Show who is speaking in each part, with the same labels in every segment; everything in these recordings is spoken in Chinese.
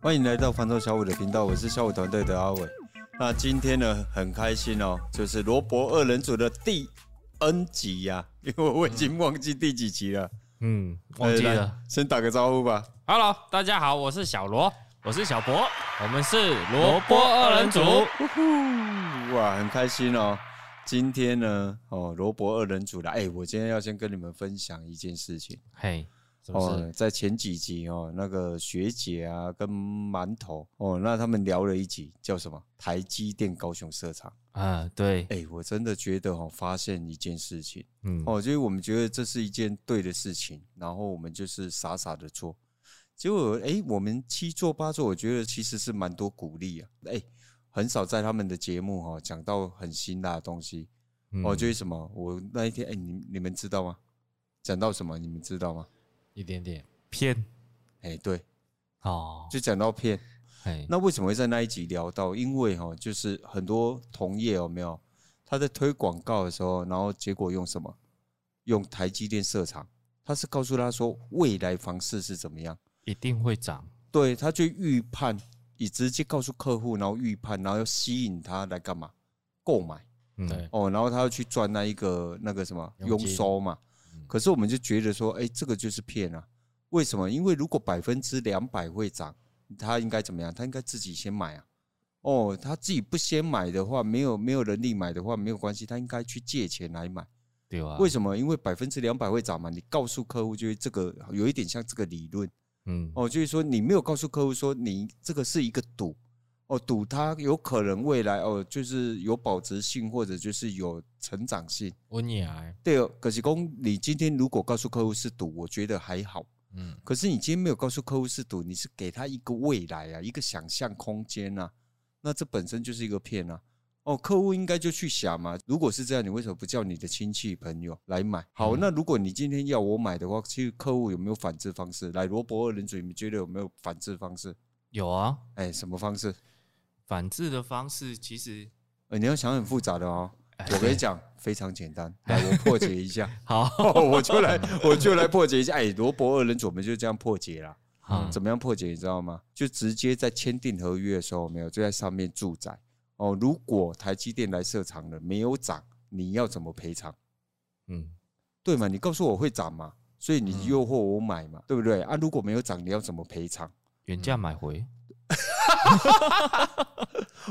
Speaker 1: 欢迎来到方舟小五的频道，我是小五团队的阿伟。那今天呢，很开心哦，就是罗伯二人组的第 N 集呀、因为我已经忘记第几集了。
Speaker 2: 嗯，忘记
Speaker 1: 呃来
Speaker 2: 了。
Speaker 1: 先打个招呼吧。
Speaker 2: Hello，大家好，我是小罗，我是小博，我们是
Speaker 3: 萝卜二人组。
Speaker 1: 哇，很开心哦！今天呢，哦，罗伯二人组来，哎、我今天要先跟你们分享一件事情
Speaker 2: 嘿，什么事？
Speaker 1: 哦，在前几集哦，那个学姐啊跟馒头哦，那他们聊了一集叫什么？台积电高雄设厂。
Speaker 2: 啊，对，
Speaker 1: 哎、我真的觉得哦，发现一件事情
Speaker 2: 嗯，
Speaker 1: 哦，就是我们觉得这是一件对的事情，然后我们就是傻傻的做，结果哎、我们七做八做，我觉得其实是蛮多鼓励啊，哎、很少在他们的节目哈、哦、讲到很辛辣的东西，
Speaker 2: 嗯
Speaker 1: 哦，就是什么，我那一天哎、你你们知道吗？讲到什么，你们知道吗？
Speaker 3: 一点点
Speaker 2: 偏
Speaker 1: 哎、对，
Speaker 2: 哦，
Speaker 1: 就讲到骗。
Speaker 2: 嘿，
Speaker 1: 那为什么会在那一集聊到？因为哈、哦，就是很多同业有哦没有他在推广告的时候，然后结果用什么？用台积电设厂，他是告诉他说未来房市是怎么样，
Speaker 2: 一定会涨。
Speaker 1: 对，他就预判，以直接告诉客户，然后预判，然后要吸引他来干嘛？购买
Speaker 2: 嗯
Speaker 3: 对
Speaker 1: 哦，然后他要去赚那一个那个什么
Speaker 3: 佣
Speaker 1: 佣
Speaker 3: 金嗯
Speaker 1: 收嘛。可是我们就觉得说，哎、这个就是骗啊！为什么？因为如果百分之两百会涨，他应该怎么样？他应该自己先买啊。哦，他自己不先买的话，没有没有能力买的话，没有关系，他应该去借钱来买。
Speaker 2: 对啊，
Speaker 1: 为什么？因为百分之两百会涨嘛。你告诉客户，就是这个有一点像这个理论
Speaker 2: 嗯，
Speaker 1: 哦，就是说你没有告诉客户说你这个是一个赌哦，赌它有可能未来哦，就是有保值性或者就是有成长性。
Speaker 3: 温雅欸，
Speaker 1: 对哦，可是公，你今天如果告诉客户是赌，我觉得还好。
Speaker 3: 嗯，
Speaker 1: 可是你今天没有告诉客户是赌，你是给他一个未来啊，一个想象空间啊，那这本身就是一个骗啊。哦，客户应该就去想嘛。如果是这样，你为什么不叫你的亲戚朋友来买？好，那如果你今天要我买的话，其实客户有没有反制方式？来，罗伯二人组，你们觉得有没有反制方式？
Speaker 2: 有啊，
Speaker 1: 哎，什么方式？
Speaker 2: 反制的方式其实
Speaker 1: 呃，你要想很复杂的哦。我跟你讲，非常简单，来，我破解一下。
Speaker 2: 好，
Speaker 1: 哦，我就来，我就来破解一下。哎，罗伯二人组我们就这样破解啦。嗯
Speaker 2: 好，
Speaker 1: 怎么样破解？你知道吗？就直接在签订合约的时候，没有就在上面注载哦。如果台积电来设厂了，没有涨，你要怎么赔偿？
Speaker 2: 嗯，
Speaker 1: 对嘛？你告诉我会涨嘛？所以你诱惑我买嘛，对不对？啊，如果没有涨，你要怎么赔偿？
Speaker 2: 原价买回，
Speaker 1: 嗯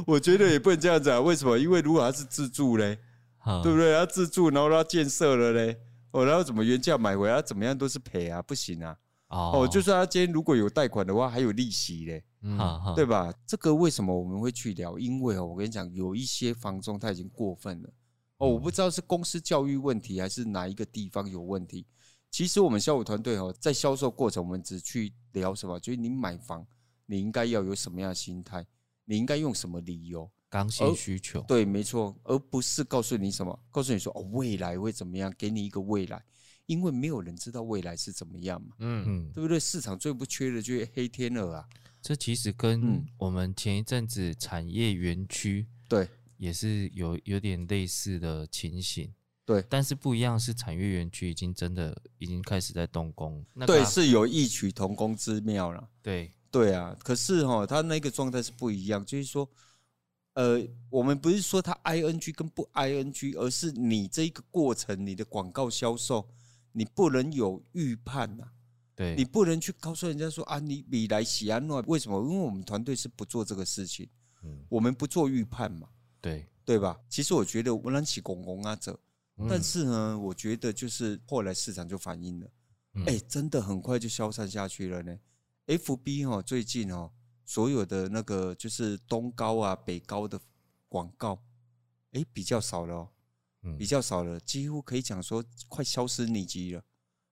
Speaker 1: 我觉得也不能这样子啊。为什么？因为如果他是自住嘞，
Speaker 2: 好
Speaker 1: 对不对？他自住，然后他建设了嘞，哦，然后怎么原价买回来，他怎么样都是赔啊，不行啊。
Speaker 2: 哦
Speaker 1: 哦，就算他今天如果有贷款的话，还有利息嘞，
Speaker 2: 好，好
Speaker 1: 对吧？这个为什么我们会去聊？因为哦，我跟你讲，有一些房仲他已经过分了。哦，我不知道是公司教育问题，还是哪一个地方有问题。其实我们销售团队哦，在销售过程，我们只去聊什么，就是你买房，你应该要有什么样的心态，你应该用什么理由，
Speaker 2: 刚性需求，
Speaker 1: 对，没错，而不是告诉你什么，告诉你说哦，未来会怎么样，给你一个未来，因为没有人知道未来是怎么样嘛。
Speaker 3: 嗯，
Speaker 2: 嗯，
Speaker 1: 对不对？市场最不缺的就是黑天鹅啊，
Speaker 2: 这其实
Speaker 1: 嗯
Speaker 2: 跟我们前一阵子产业园区
Speaker 1: 对
Speaker 2: 也是有有点类似的情形。
Speaker 1: 对
Speaker 2: 但是不一样是产业园区已经真的已经开始在动工。那个啊
Speaker 1: 对，是有异曲同工之妙啦。
Speaker 2: 对，
Speaker 1: 对啊，可是哈、它那个状态是不一样，就是说，呃，我们不是说它 ing 跟不 ing，而是你这一个过程，你的广告销售，你不能有预判呐、
Speaker 2: 对，
Speaker 1: 你不能去告诉人家说啊，你米来喜安诺，为什么？因为我们团队是不做这个事情，
Speaker 2: 嗯，
Speaker 1: 我们不做预判嘛。
Speaker 2: 对，
Speaker 1: 对吧？其实我觉得我能起公公啊这，
Speaker 2: 嗯
Speaker 1: 但是呢，我觉得就是后来市场就反应了，哎、
Speaker 2: 嗯
Speaker 1: 真的很快就消散下去了呢。F B 哦，最近哦，所有的那个就是东高啊、北高的广告，哎、比较少了、哦，
Speaker 2: 嗯
Speaker 1: 比较少了，几乎可以讲说快消失匿迹了。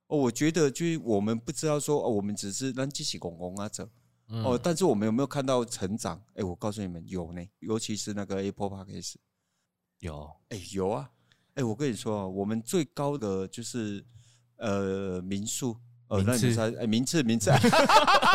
Speaker 1: 哦，我觉得就是我们不知道说，哦，我们只是让机器拱拱啊这，
Speaker 2: 嗯
Speaker 1: 哦，但是我们有没有看到成长？哎、我告诉你们有呢，尤其是那个 Apple Podcast，
Speaker 2: 有，
Speaker 1: 哎、有啊，哎、我跟你说啊，我们最高的就是呃民宿，呃，
Speaker 2: 名
Speaker 1: 那你
Speaker 2: 次
Speaker 1: 猜，哎、名次名次， 来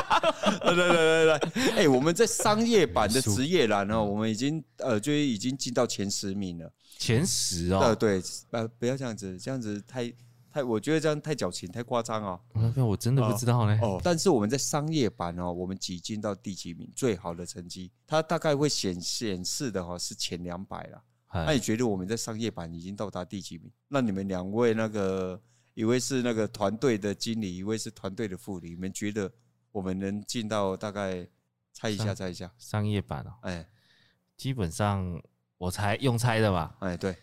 Speaker 1: 来来来，哎、我们在商业版的
Speaker 2: 民宿嗯
Speaker 1: 职业栏哦，我们已经呃就已经进到前十名了。
Speaker 2: 前十哦，
Speaker 1: 呃，对，呃，不要这样子，这样子太太，我觉得这样太矫情，太夸张哦。
Speaker 2: 没有，我真的不知道呢。
Speaker 1: 哦，但是我们在商业版哦，我们挤进到第几名，最好的成绩，它大概会显显示的哈、哦、是前两百啦。
Speaker 2: 哎
Speaker 1: 那你觉得我们在商业版已经到达第几名？那你们两位那个，一位是那个团队的经理，一位是团队的副理，你们觉得我们能进到大概？猜一下，
Speaker 2: 上
Speaker 1: 猜一下，
Speaker 2: 商业版哦，
Speaker 1: 哎
Speaker 2: 基本上我猜用猜的吧，
Speaker 1: 哎，对，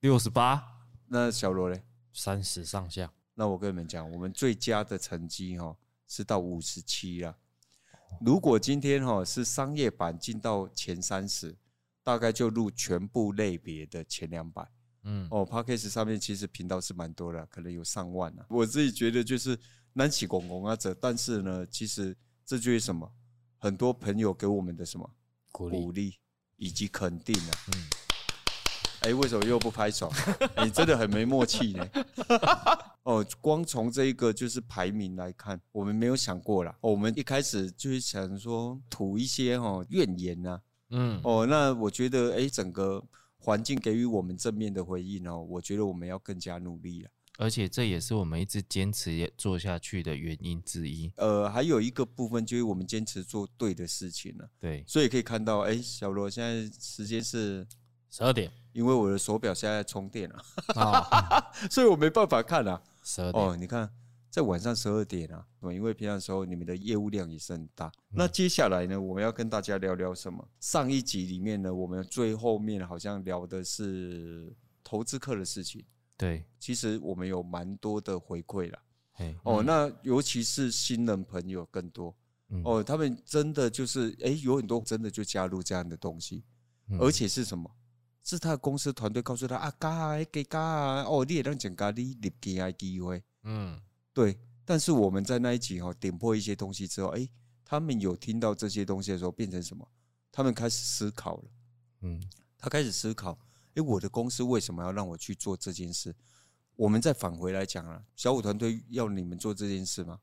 Speaker 2: 六十八，
Speaker 1: 那小罗嘞？
Speaker 3: 三十上下，
Speaker 1: 那我跟你们讲，我们最佳的成绩哈、哦、是到五十七啦。如果今天哈、哦、是商业版进到前三十，大概就入全部类别的前两百。
Speaker 3: 嗯，
Speaker 1: 哦 p a c k a g e 上面其实频道是蛮多的，可能有上万啊。我自己觉得就是南起公公啊这，但是呢，其实这就是什么，很多朋友给我们的什么
Speaker 3: 鼓励
Speaker 1: 鼓，励以及肯定啊。
Speaker 3: 嗯，
Speaker 1: 哎、为什么又不拍手？你真的很没默契呢。哦，光从这一个就是排名来看，我们没有想过啦。哦我们一开始就是想说吐一些哦怨言呐、
Speaker 3: 嗯，
Speaker 1: 哦，那我觉得哎、整个环境给予我们正面的回应哦，我觉得我们要更加努力了。
Speaker 2: 而且这也是我们一直坚持做下去的原因之一。
Speaker 1: 呃，还有一个部分就是我们坚持做对的事情了、
Speaker 2: 对，
Speaker 1: 所以可以看到，哎、小罗现在时间是
Speaker 3: 十二点
Speaker 1: 因为我的手表现在在充电了、
Speaker 3: 啊，
Speaker 1: 所以我没办法看了、
Speaker 3: 十二点，
Speaker 1: 哦哦，你看，在晚上十二点啊，哦因为平常的时候你们的业务量也是很大。那接下来呢，我们要跟大家聊聊什么？上一集里面呢，我们最后面好像聊的是投资客的事情。
Speaker 2: 对，
Speaker 1: 其实我们有蛮多的回馈啦。
Speaker 2: 嘿，
Speaker 1: 哦，那尤其是新人朋友更多
Speaker 2: 嗯，
Speaker 1: 哦，他们真的就是哎、有很多真的就加入这样的东西，
Speaker 2: 嗯
Speaker 1: 而且是什么？是他的公司团队告诉他啊，嘎啊，给嘎啊，哦，你也让讲咖喱，你给啊机会。
Speaker 3: 嗯，
Speaker 1: 对，但是我们在那一集哦点破一些东西之后，哎，他们有听到这些东西的时候，变成什么？他们开始思考了，
Speaker 2: 嗯，
Speaker 1: 他开始思考，哎，我的公司为什么要让我去做这件事？我们再返回来讲啊，小五团队要你们做这件事吗？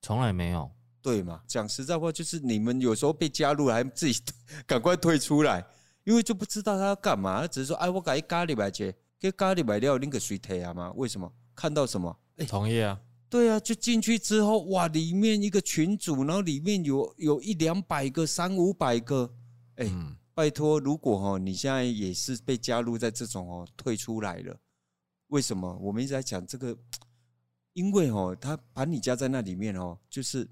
Speaker 2: 从来没有，
Speaker 1: 对嘛？讲实在话，就是你们有时候被加入了，还自己 赶快退出来，因为就不知道他要干嘛。他只是说，哎，我改咖喱白姐，给咖喱白料，拎个谁推啊嘛？为什么？看到什么？
Speaker 3: 同意啊，
Speaker 1: 对啊，就进去之后，哇，里面一个群组，然后里面有有一两百个、三五百个，哎、
Speaker 3: 嗯，
Speaker 1: 拜托，如果哦，你现在也是被加入在这种哦退出来了，为什么？我们一直在讲这个，因为哦，他把你加在那里面哦，就是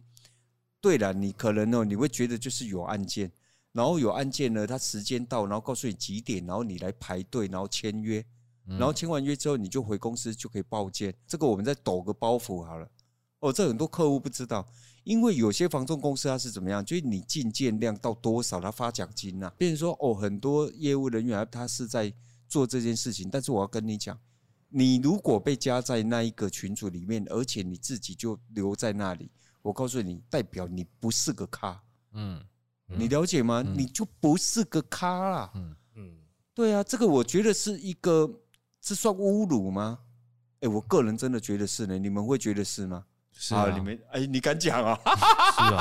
Speaker 1: 对了，你可能哦，你会觉得就是有案件，然后有案件呢，他时间到，然后告诉你几点，然后你来排队，然后签约，然后签完约之后，你就回公司就可以报件。这个我们再抖个包袱好了。哦，这很多客户不知道，因为有些房仲公司它是怎么样，就是你进件量到多少，它发奖金呐、变成说，哦，很多业务人员他是在做这件事情，但是我要跟你讲，你如果被加在那一个群组里面，而且你自己就留在那里，我告诉你，代表你不是个咖，
Speaker 3: 嗯，
Speaker 1: 你了解吗？你就不是个咖啦。
Speaker 2: 嗯，
Speaker 1: 对啊，这个我觉得是一个，这算侮辱吗？哎、我个人真的觉得是呢，你们会觉得是吗？
Speaker 2: 是啊，
Speaker 1: 你们哎、你敢讲啊？
Speaker 2: 是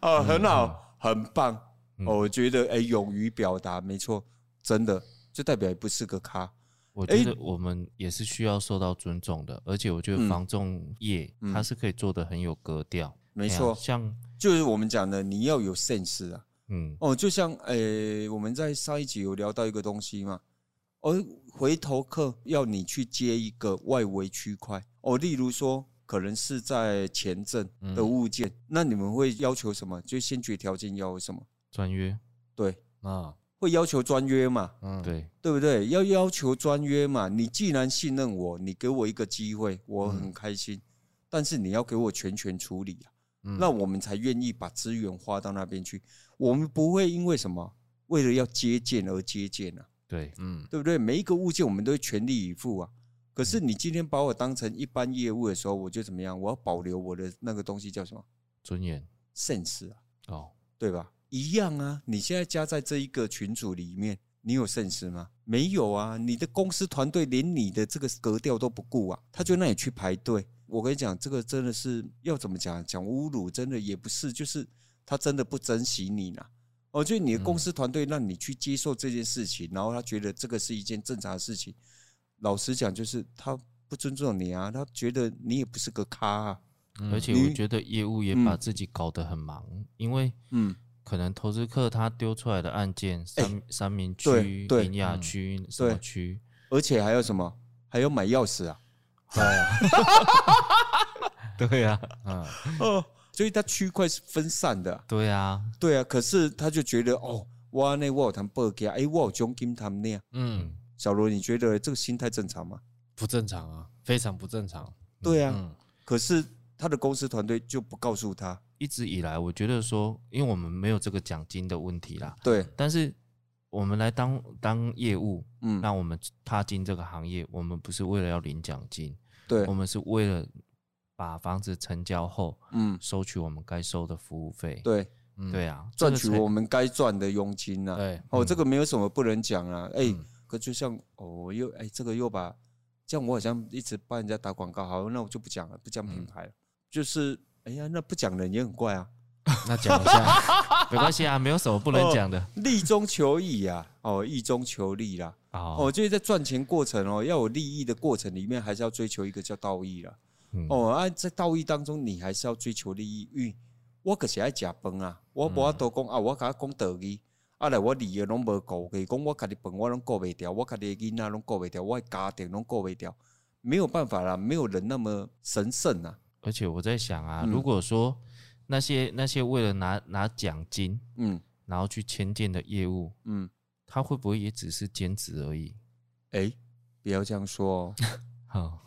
Speaker 2: 啊，
Speaker 1: 啊，很好，很棒。
Speaker 2: 嗯
Speaker 1: 哦，我觉得哎、勇于表达，没错，真的就代表你不是个咖。
Speaker 2: 我
Speaker 1: 哎
Speaker 2: 觉得我们也是需要受到尊重的，而且我觉
Speaker 1: 嗯
Speaker 2: 得防重业
Speaker 1: 嗯
Speaker 2: 它是可以做的很有格调，
Speaker 1: 没
Speaker 2: 哎呀
Speaker 1: 错，
Speaker 2: 像
Speaker 1: 就是我们讲的，你要有 sense 啊。
Speaker 2: 嗯，
Speaker 1: 哦，就像哎、我们在上一集有聊到一个东西嘛，而、回头客要你去接一个外围区块，哦，例如说可能是在前阵的物件，那你们会要求什么？就先决条件要什么？
Speaker 2: 专约，
Speaker 1: 对，
Speaker 3: 啊，
Speaker 1: 会要求专约嘛？
Speaker 3: 嗯，，
Speaker 2: 对，
Speaker 1: 对不对？要要求专约嘛。你既然信任我，你给我一个机会，我很开心。但是你要给我全权处理啊，
Speaker 3: 嗯
Speaker 1: 那我们才愿意把资源花到那边去。我们不会因为什么为了要接见而接见啊，
Speaker 2: 对，
Speaker 3: 嗯，
Speaker 1: 对不对？每一个物件我们都会全力以赴啊。可是你今天把我当成一般业务的时候，我就怎么样？我要保留我的那个东西叫什么
Speaker 2: 尊严
Speaker 1: sense 啊，
Speaker 2: 哦，
Speaker 1: 对吧？一样啊，你现在加在这一个群组里面，你有慎思吗？没有啊，你的公司团队连你的这个格调都不顾啊，他就让你去排队。我跟你讲，这个真的是要怎么讲？讲侮辱真的也不是，就是他真的不珍惜你啦。哦，就是你的公司团队让你去接受这件事情，然后他觉得这个是一件正常的事情。老实讲，就是他不尊重你啊，他觉得你也不是个咖、啊。
Speaker 2: 而且
Speaker 1: 你
Speaker 2: 我觉得业务也把自己搞得很忙，因为
Speaker 1: 嗯，
Speaker 2: 可能投资客他丢出来的案件，三三明
Speaker 1: 对
Speaker 2: 区、
Speaker 1: 哎对
Speaker 2: 林雅
Speaker 3: 嗯
Speaker 2: 区、什么
Speaker 1: 对
Speaker 2: 区，
Speaker 1: 而且还有什么？还要买钥匙啊？
Speaker 2: 对呀、啊，
Speaker 3: 嗯，
Speaker 1: 哦，所以它区块是分散的啊、
Speaker 2: 对啊，
Speaker 1: 对啊，可是他就觉得哦，哇，那我有谈报价，哎，我有奖金谈那样。
Speaker 3: 嗯，
Speaker 1: 小罗，你觉得这个心态正常吗？
Speaker 3: 不正常啊，非常不正常。
Speaker 1: 对啊，
Speaker 3: 嗯
Speaker 1: 可是他的公司团队就不告诉他，
Speaker 2: 一直以来我觉得说，因为我们没有这个奖金的问题啦，
Speaker 1: 对，
Speaker 2: 但是我们来当当业务，
Speaker 1: 嗯，
Speaker 2: 那我们踏进这个行业，我们不是为了要领奖金，
Speaker 1: 对
Speaker 2: 我，们是为了把房子成交后
Speaker 1: 嗯，
Speaker 2: 收取我们该收的服务费。
Speaker 1: 对，
Speaker 3: 嗯
Speaker 2: 对啊，这
Speaker 1: 赚
Speaker 2: 个
Speaker 1: 取
Speaker 2: 才嗯
Speaker 1: 我们该赚的佣金啊。
Speaker 3: 对，
Speaker 1: 哦，这个没有什么不能讲啊。哎
Speaker 3: 嗯，
Speaker 1: 可就像哦，我又哎，这个又把，这样我好像一直帮人家打广告，好，那我就不讲了，不讲品
Speaker 2: 嗯
Speaker 1: 牌了，就是哎呀，那不讲人也很怪啊，
Speaker 3: 那讲一下，
Speaker 2: 没关系啊，没有什么不能讲的。
Speaker 1: 利中求益啊，哦，义中求利啦。
Speaker 2: 哦
Speaker 1: 哦，，就是在赚钱过程哦，要有利益的过程里面，还是要追求一个叫道义啦。
Speaker 2: 嗯
Speaker 1: 哦，啊，在道义当中，你还是要追求利益。因为我可是爱食饭啊，我无法度讲啊，我甲讲道义，啊来我利的拢无顾，就是讲我家己饭我拢顾袂掉，我家己的囡仔拢顾袂掉，我的家庭拢顾袂掉，没有办法啦，没有人那么神圣啊。
Speaker 2: 而且我在想啊，
Speaker 1: 嗯
Speaker 2: 如果说那些那些为了拿拿奖金，
Speaker 1: 嗯
Speaker 2: 然后去签建的业务，
Speaker 1: 嗯，
Speaker 2: 他会不会也只是兼职而已？
Speaker 1: 哎、不要这样说哦，哦
Speaker 2: 哦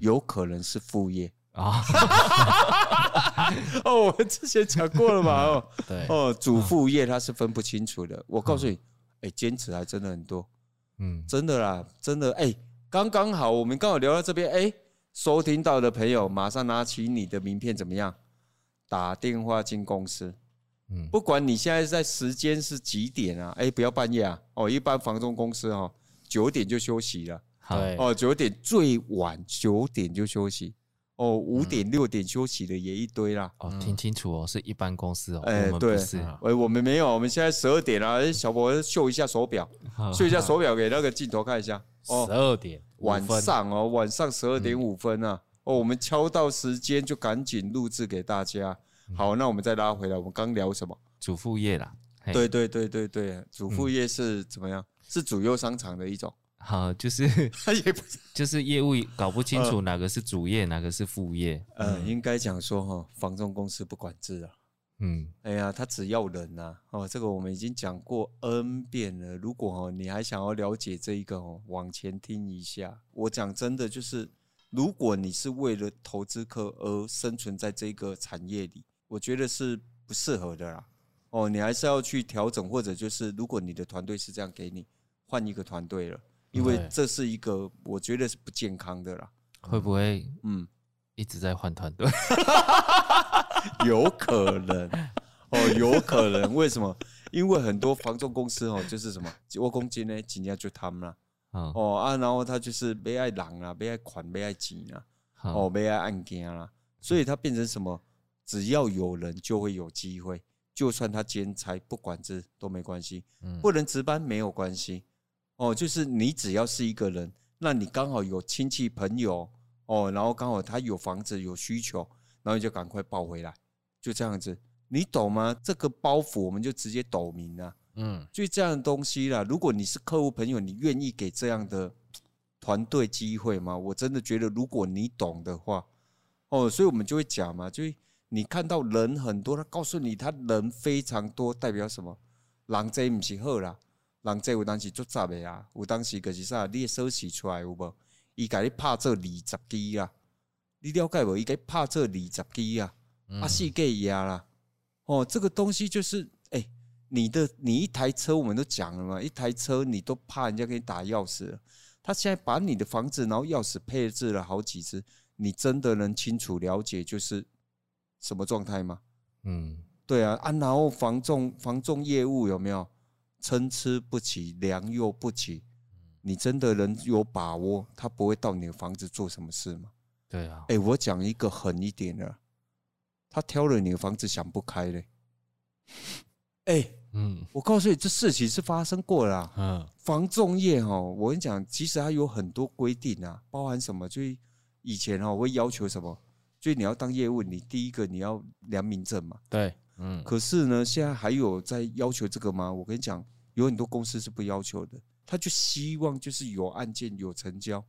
Speaker 1: 有可能是副业。
Speaker 2: 啊，
Speaker 1: 哦，我们之前讲过了嘛，哦。
Speaker 3: 对，
Speaker 1: 哦，主副业它是分不清楚的。我告诉你，哎，兼职还真的很多，
Speaker 2: 嗯，
Speaker 1: 真的啦，真的。哎，刚刚好，我们刚好聊到这边，哎，收听到的朋友马上拿起你的名片，怎么样？打电话进公司，
Speaker 2: 嗯
Speaker 1: 不管你现在在时间是几点啊？哎，不要半夜啊！哦，一般房东公司哦，九点就休息了。
Speaker 2: 好，
Speaker 3: 对
Speaker 1: 哦，九点最晚九点就休息。哦，五点六点休息的也一堆啦。
Speaker 2: 哦，听清楚哦，是一般公司哦，
Speaker 1: 嗯哎
Speaker 2: 我们
Speaker 1: 对
Speaker 2: 不是。
Speaker 3: 啊
Speaker 1: 喂，我们没有，我们现在十二点了、哎小博秀一下手表，
Speaker 2: 好
Speaker 1: 秀一下手表给那个镜头看一下。
Speaker 3: 十
Speaker 1: 哦，
Speaker 3: 二点五
Speaker 1: 晚
Speaker 3: 分
Speaker 1: 上哦，晚上十二点五分啊。哦，我们敲到时间就赶紧录制给大家。好，那我们再拉回来，我们刚聊什么？
Speaker 2: 主副业啦。嘿，
Speaker 1: 对对对对对，主副业是怎么样？是主优商场的一 种，哎
Speaker 2: 好，就是
Speaker 1: 也不是。
Speaker 2: 就是业务搞不清
Speaker 1: 嗯
Speaker 2: 楚哪个是主业，哪个是副业。
Speaker 1: 呃，应该讲说哈、哦，房仲公司不管制啊。
Speaker 2: 嗯，
Speaker 1: 哎呀，他只要人呐、哦，这个我们已经讲过 N 遍了。如果哦你还想要了解这一个哦，往前听一下。我讲真的，就是如果你是为了投资客而生存在这个产业里，我觉得是不适合的啦。哦，你还是要去调整，或者就是如果你的团队是这样给你，换一个团队了，因为
Speaker 3: 对
Speaker 1: 这是一个我觉得是不健康的啦。
Speaker 2: 会不会
Speaker 1: 嗯。
Speaker 2: 一直在换团队？
Speaker 1: 有可能哦，有可能。为什么？因为很多房仲公司哦，就是什么几我公斤呢，几年就他们啦，
Speaker 2: 嗯，
Speaker 1: 哦啊，然后他就是被爱狼啦，被爱款，被爱钱啦，
Speaker 2: 好，
Speaker 1: 哦，被爱案件啦，所以他变成什么？只要有人就会有机会，就算他兼差不管制都没关系，
Speaker 3: 嗯
Speaker 1: 不能值班没有关系。哦，就是你只要是一个人，那你刚好有亲戚朋友哦，然后刚好他有房子有需求，然后你就赶快抱回来，就这样子，你懂吗？这个包袱我们就直接抖明啊，
Speaker 3: 嗯
Speaker 1: 就这样的东西啦。如果你是客户朋友，你愿意给这样的团队机会吗？我真的觉得，如果你懂的话，哦，所以我们就会讲嘛，就是你看到人很多，他告诉你他人非常多，代表什么？人这不是好啦，人这有当时做杂的啊，有当时就是啥，你的收息出来有无？伊甲你拍做二十支啊，你了解无？伊甲你拍做二十支啊，
Speaker 2: 嗯
Speaker 1: 啊，四给压啦。哦，这个东西就是，哎、你的你一台车我们都讲了嘛，一台车你都怕人家给你打钥匙了，他现在把你的房子然后钥匙配置了好几只，你真的能清楚了解就是什么状态吗？
Speaker 2: 嗯，
Speaker 1: 对啊，啊，然后房仲房仲业务有没有参差不齐、良莠不齐？你真的能有把握他不会到你的房子做什么事吗？
Speaker 2: 对啊
Speaker 1: 哎、，我讲一个狠一啊 点的，他挑了你的房子想不开嘞。哎、
Speaker 3: 嗯
Speaker 1: 我告诉你，这事情是发生过了啊、
Speaker 3: 嗯
Speaker 1: 房仲业哦，我跟你讲，其实它有很多规定啊，包含什么？就是以前哦，会要求什么？就是你要当业务，你第一个你要良民证嘛。
Speaker 3: 对，
Speaker 2: 嗯，
Speaker 1: 可是呢，现在还有在要求这个吗？我跟你讲，有很多公司是不要求的，他就希望就是有案件有成交。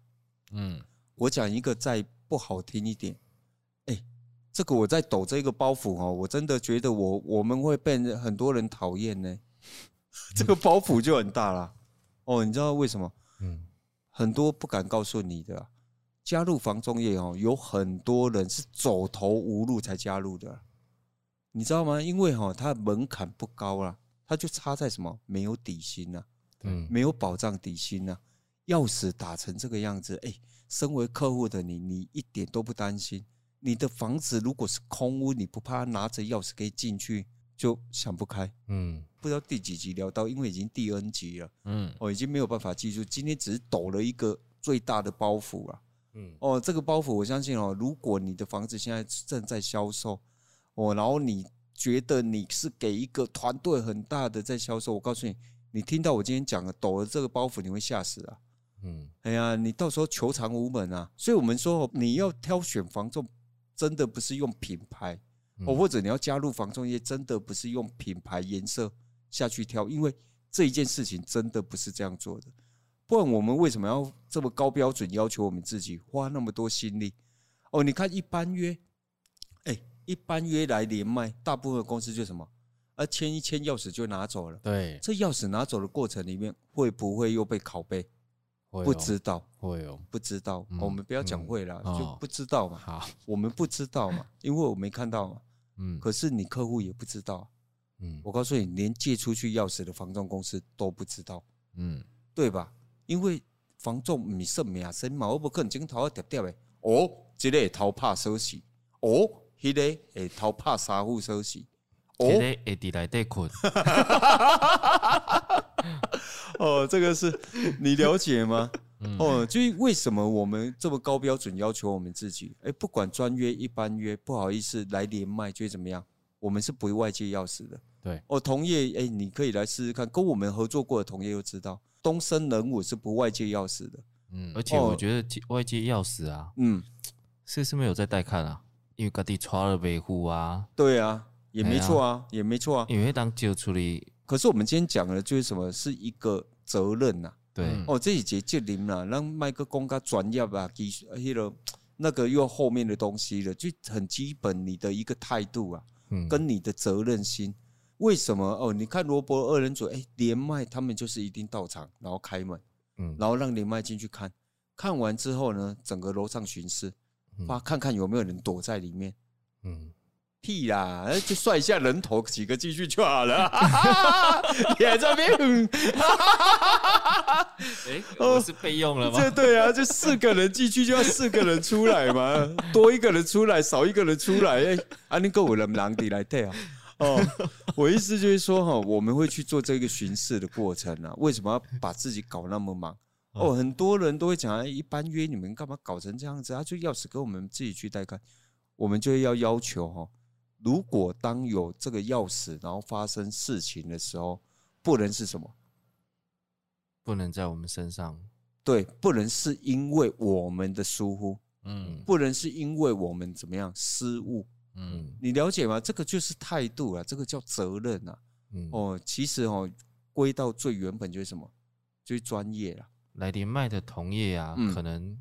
Speaker 3: 嗯
Speaker 1: 我讲一个再不好听一点，哎、这个我在抖这个包袱哦，我真的觉得我我们会被人很多人讨厌呢， 这个包袱就很大啦。哦，你知道为什么？
Speaker 3: 嗯
Speaker 1: 很多不敢告诉你的啊、加入房仲业哦，有很多人是走投无路才加入的啊，你知道吗？因为哈、哦，它门槛不高啦，它就差在什么？没有底薪啊，
Speaker 3: 嗯
Speaker 1: 没有保障底薪啊，钥匙打成这个样子，哎，身为客户的你，你一点都不担心。你的房子如果是空屋，你不怕拿着钥匙可以进去，就想不开。
Speaker 3: 嗯
Speaker 1: 不知道第几集聊到，因为已经第 N 集了，
Speaker 3: 嗯
Speaker 1: 哦，已经没有办法记住。今天只是抖了一个最大的包袱啊。
Speaker 3: 嗯
Speaker 1: 哦，这个包袱我相信哦，如果你的房子现在正在销售，哦，然后你觉得你是给一个团队很大的在销售，我告诉你，你听到我今天讲的抖了这个包袱，你会吓死啊！
Speaker 3: 嗯
Speaker 1: 哎呀，你到时候求偿无门啊！所以我们说哦，你要挑选房仲，真的不是用品牌哦，
Speaker 3: 嗯
Speaker 1: 或者你要加入房仲业，真的不是用品牌颜色下去挑，因为这一件事情真的不是这样做的。不然我们为什么要这么高标准要求我们自己，花那么多心力？哦，你看一般约，哎、一般约来连麦，大部分的公司就什么，啊签一签钥匙就拿走了。
Speaker 3: 对，
Speaker 1: 这钥匙拿走的过程里面，会不会又被拷贝？
Speaker 3: 会
Speaker 1: 不
Speaker 3: 哦
Speaker 1: 知道。
Speaker 3: 会哦，
Speaker 1: 不知道，
Speaker 3: 嗯
Speaker 1: 我们不要讲
Speaker 3: 嗯
Speaker 1: 会啦，
Speaker 3: 哦
Speaker 1: 就不知道嘛，
Speaker 3: 好，
Speaker 1: 我们不知道嘛，因为我没看到嘛。
Speaker 3: 嗯
Speaker 1: 可是你客户也不知道啊，
Speaker 3: 嗯
Speaker 1: 我告诉你，连借出去钥匙的房仲公司都不知道，
Speaker 3: 嗯
Speaker 1: 对吧？因为房仲唔是名声嘛，我不可能今头掉掉的。哦，这个会偷拍收视，哦，迄、个会偷拍三户收视，哦
Speaker 2: 这个会伫内底困，
Speaker 1: 哦，这个是你了解吗？
Speaker 2: 嗯
Speaker 1: 哦，就是为什么我们这么高标准要求我们自己？哎，不管专约一般约，不好意思来连麦就会怎么样？我们是不会外界钥匙的。
Speaker 3: 对，
Speaker 1: 哦，同业哎，你可以来试试看，跟我们合作过的同业都知道，东升人我是不外界钥匙的。
Speaker 3: 嗯
Speaker 2: 而且
Speaker 1: 哦
Speaker 2: 我觉得其外界钥匙啊，
Speaker 1: 嗯，
Speaker 2: 是是没有在带看啊，因为家己带了维护啊，
Speaker 1: 对啊，也没
Speaker 2: 哎呀
Speaker 1: 错啊，也没错啊。
Speaker 2: 因为当救出去，
Speaker 1: 可是我们今天讲的就是什么？是一个责任呐、
Speaker 2: 对，
Speaker 3: 嗯
Speaker 1: 哦，这一节接林啦，让麦克公他专业啊，技术迄个那个又后面的东西了，就很基本你的一个态度啊，
Speaker 3: 嗯
Speaker 1: 跟你的责任心。为什么哦？你看罗伯二人组，哎，连麦他们就是一定到场，然后开门，
Speaker 3: 嗯
Speaker 1: 然后让连麦进去看，看完之后呢，整个楼上巡视，
Speaker 3: 嗯
Speaker 1: 发看看有没有人躲在里面。
Speaker 3: 嗯
Speaker 1: 哦屁啦，呃就算一下人头几个进去就好了。 你还在那边嗯
Speaker 2: 哎，我是备用了 吗？
Speaker 1: 这对啊，就四个人进去就要四个人出来 嘛，多一个人出来，少一个人出来，哎、啊，你够我人狼底来对啊。 哦，我意思就是说哈，我们会去做这个巡视的过程啊，为什么要把自己搞那么忙？哦，很多人都会讲，哎，一般约你们干嘛搞成这样子啊？就钥匙给我们自己去带看，我们就要要求哈，如果当有这个钥匙，然后发生事情的时候，不能是什么？
Speaker 2: 不能在我们身上，
Speaker 1: 对，不能是因为我们的疏忽，
Speaker 3: 嗯
Speaker 1: 不能是因为我们怎么样失误，
Speaker 3: 嗯
Speaker 1: 你了解吗？这个就是态度啊，这个叫责任啊。
Speaker 3: 嗯
Speaker 1: 哦，其实哦，归到最原本就是什么，就是专业啦。
Speaker 2: 来连麦的同业啊，
Speaker 1: 嗯
Speaker 2: 可能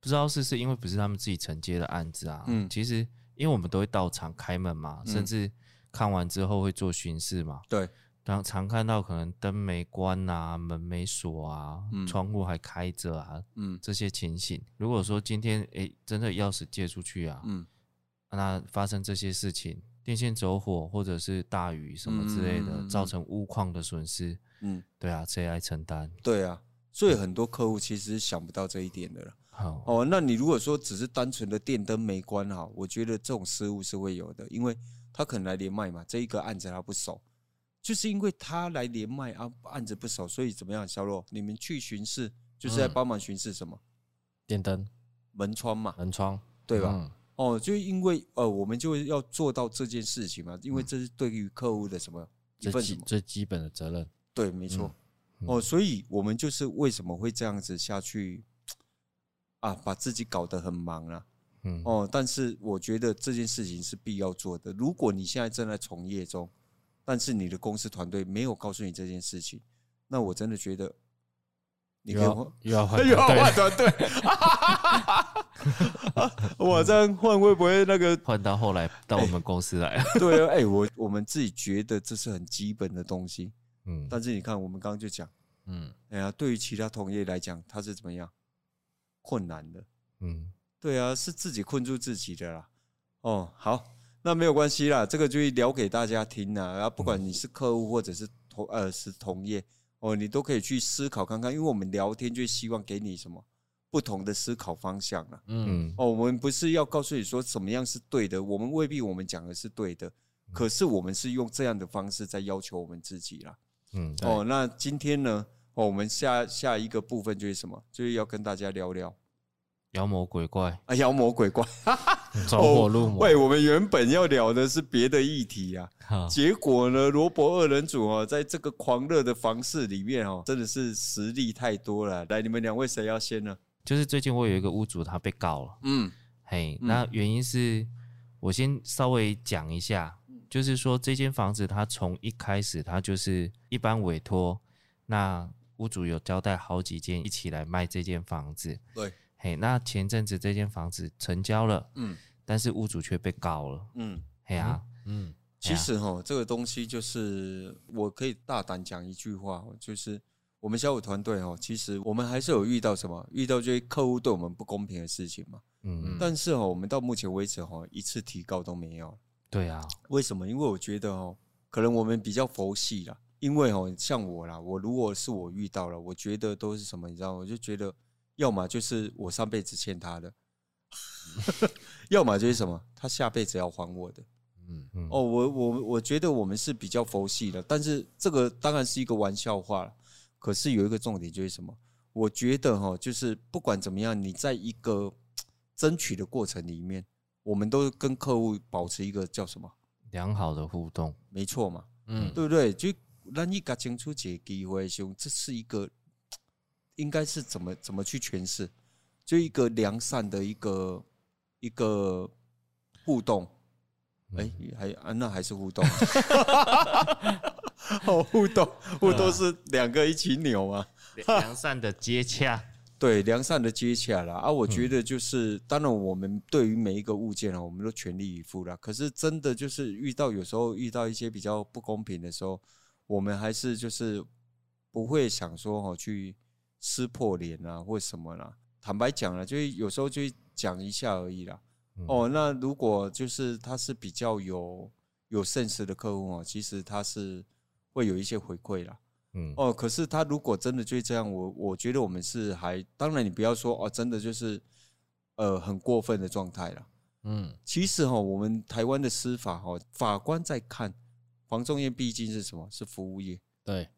Speaker 2: 不知道是是因为不是他们自己承接的案子啊，
Speaker 1: 嗯
Speaker 2: 其实因为我们都会到场开门嘛，
Speaker 1: 嗯
Speaker 2: 甚至看完之后会做巡视嘛，
Speaker 1: 对，
Speaker 2: 然后常看到可能灯没关啊，门没锁啊，
Speaker 1: 嗯
Speaker 2: 窗户还开着啊，
Speaker 1: 嗯
Speaker 2: 这些情形，如果说今天诶真的钥匙借出去啊，
Speaker 1: 嗯，
Speaker 2: 那发生这些事情，电线走火或者是大雨什么之类的，
Speaker 1: 嗯嗯嗯
Speaker 2: 造成屋况的损失，
Speaker 1: 嗯，
Speaker 2: 对啊，谁来承担？
Speaker 1: 对啊。所以很多客户其实是想不到这一点的了。
Speaker 2: 好，
Speaker 1: 哦，那你如果说只是单纯的电灯没关好，我觉得这种失误是会有的，因为他可能来连麦嘛，这一个案子他不熟，就是因为他来连麦啊，案子不熟，所以怎么样？小洛，你们去巡视就是在
Speaker 3: 嗯
Speaker 1: 帮忙巡视什么、
Speaker 3: 电灯
Speaker 1: 门窗嘛，
Speaker 3: 门窗
Speaker 1: 对吧？
Speaker 3: 嗯
Speaker 1: 哦，就因为呃，我们就要做到这件事情嘛，因为这是对于客户的什么一
Speaker 3: 最
Speaker 1: 份什
Speaker 3: 基
Speaker 1: 么？
Speaker 3: 最基本的责任。
Speaker 1: 对，没错。
Speaker 3: 嗯
Speaker 1: 哦，所以我们就是为什么会这样子下去啊，把自己搞得很忙啊。
Speaker 3: 嗯，
Speaker 1: 哦，但是我觉得这件事情是必要做的。如果你现在正在从业中，但是你的公司团队没有告诉你这件事情，那我真的觉得你
Speaker 3: 又
Speaker 1: 可以
Speaker 3: 要
Speaker 1: 换
Speaker 3: 又 要换
Speaker 1: 又要
Speaker 3: 团队了
Speaker 1: 哎换团队，我这样换会不会那个？
Speaker 2: 换到后来到我们公司来，
Speaker 1: 对啊，哎、我我们自己觉得这是很基本的东西，
Speaker 3: 嗯
Speaker 1: 但是你看，我们刚刚就讲，
Speaker 3: 嗯
Speaker 1: 哎呀，对于其他同业来讲，它是怎么样困难的？
Speaker 3: 嗯，
Speaker 1: 对啊，是自己困住自己的啦。哦，好，那没有关系啦，这个就聊给大家听啦。然啊后不管你是客户或者是同呃是同业哦，你都可以去思考看看，因为我们聊天就希望给你什么不同的思考方向啦。
Speaker 3: 嗯
Speaker 1: 哦，我们不是要告诉你说怎么样是对的，我们未必我们讲的是对的，可是我们是用这样的方式在要求我们自己啦。
Speaker 3: 嗯，对，
Speaker 1: 哦，那今天呢，哦，我们下下一个部分就是什么？就是要跟大家聊聊
Speaker 2: 妖魔鬼怪，
Speaker 1: 啊，妖魔鬼怪。
Speaker 3: 走火入魔。
Speaker 1: 哦喂，我们原本要聊的是别的议题啊，
Speaker 2: 哈
Speaker 1: 结果呢，罗伯二人组哦，在这个狂热的房市里面哦，真的是实力太多了。来，你们两位谁要先呢？
Speaker 2: 就是最近我有一个屋主他被告了，
Speaker 1: 嗯
Speaker 2: 嘿，
Speaker 1: 嗯
Speaker 2: 那原因是我先稍微讲一下，
Speaker 1: 嗯
Speaker 2: 就是说这间房子它从一开始它就是一般委托，那屋主有交代好几间一起来卖这间房子，
Speaker 1: 对，
Speaker 2: 嘿，那前阵子这间房子成交了，
Speaker 1: 嗯
Speaker 2: 但是屋主却被告了，
Speaker 1: 嗯。
Speaker 2: 嘿啊，
Speaker 3: 嗯
Speaker 1: 其实哈，这个东西就是我可以大胆讲一句话哦，就是我们小五团队哦，其实我们还是有遇到什么，遇到这些客户对我们不公平的事情嘛。
Speaker 2: 嗯，
Speaker 1: 但是哦，我们到目前为止哦，一次提高都没有。
Speaker 2: 对啊，
Speaker 1: 为什么？因为我觉得哦，可能我们比较佛系啦。因为哦，像我啦，我如果是我遇到了，我觉得都是什么，你知道吗？我就觉得，要么就是我上辈子欠他的， 要么就是什么，他下辈子要还我的。
Speaker 3: 嗯嗯
Speaker 1: 哦，我我我觉得我们是比较佛系的，但是这个当然是一个玩笑话了。可是有一个重点就是什么？我觉得哈，就是不管怎么样，你在一个争取的过程里面，我们都跟客户保持一个叫什么？
Speaker 2: 良好的互动，
Speaker 1: 没错嘛，
Speaker 3: 嗯
Speaker 1: 对不对？就让你搞清楚这个机会，兄，这是一个应该是怎么怎么去诠释，就一个良善的一个一个互动。哎、还啊，那还是互动，好互动，互动是两个一起扭啊嘛。
Speaker 2: 良善的接洽，
Speaker 1: 对，良善的接洽啦。啊，我觉得就是，当然我们对于每一个物件啊，我们都全力以赴啦。可是真的就是遇到有时候遇到一些比较不公平的时候，我们还是就是不会想说哦去撕破脸啊或什么啦。坦白讲啦，就是有时候就讲一下而已啦。哦，那如果就是他是比较有有 sense 的客户哦，其实他是会有一些回馈啦。
Speaker 3: 嗯
Speaker 1: 哦，可是他如果真的就这样，我我觉得我们是还，当然你不要说哦，真的就是呃很过分的状态了。
Speaker 3: 嗯
Speaker 1: 其实哈、哦，我们台湾的司法哈、哦，法官在看房仲业毕竟是什么？是服务业。
Speaker 3: 对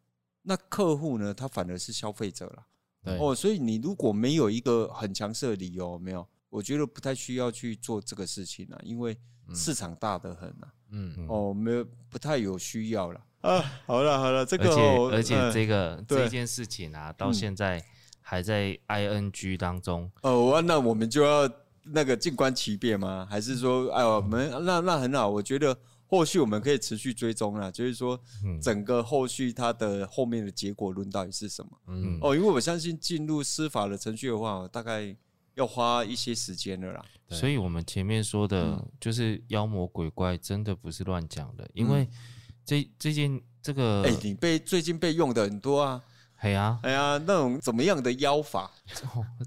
Speaker 1: 那客户呢，他反而是消费者啦。
Speaker 3: 对
Speaker 1: 哦，所以你如果没有一个很强势的理由，没有，我觉得不太需要去做这个事情啊，因为
Speaker 2: 嗯
Speaker 1: 市场大得很啊。
Speaker 3: 嗯
Speaker 1: 哦，没有不太有需要了。啊，好了好了，这
Speaker 2: 而且
Speaker 1: 哦
Speaker 2: 而且
Speaker 1: 嗯
Speaker 2: 这个
Speaker 1: 对嗯
Speaker 2: 这件事情啊，到现在还在 ing 当中，
Speaker 1: 哦，我那我们就要那个静观其变吗？还是说，哎，我们那那很好，我觉得后续我们可以持续追踪啦，就是说
Speaker 3: 嗯
Speaker 1: 整个后续它的后面的结果论到底是什么？
Speaker 3: 嗯
Speaker 1: 哦，因为我相信进入司法的程序的话，大概要花一些时间了啦。
Speaker 3: 对
Speaker 2: 所以我们前面说的
Speaker 1: 嗯
Speaker 2: 就是妖魔鬼怪，真的不是乱讲的，
Speaker 3: 嗯
Speaker 2: 因为这这件这个
Speaker 1: 哎、你被最近被用的很多啊，
Speaker 2: 嘿啊，
Speaker 1: 哎呀，那种怎么样的妖法？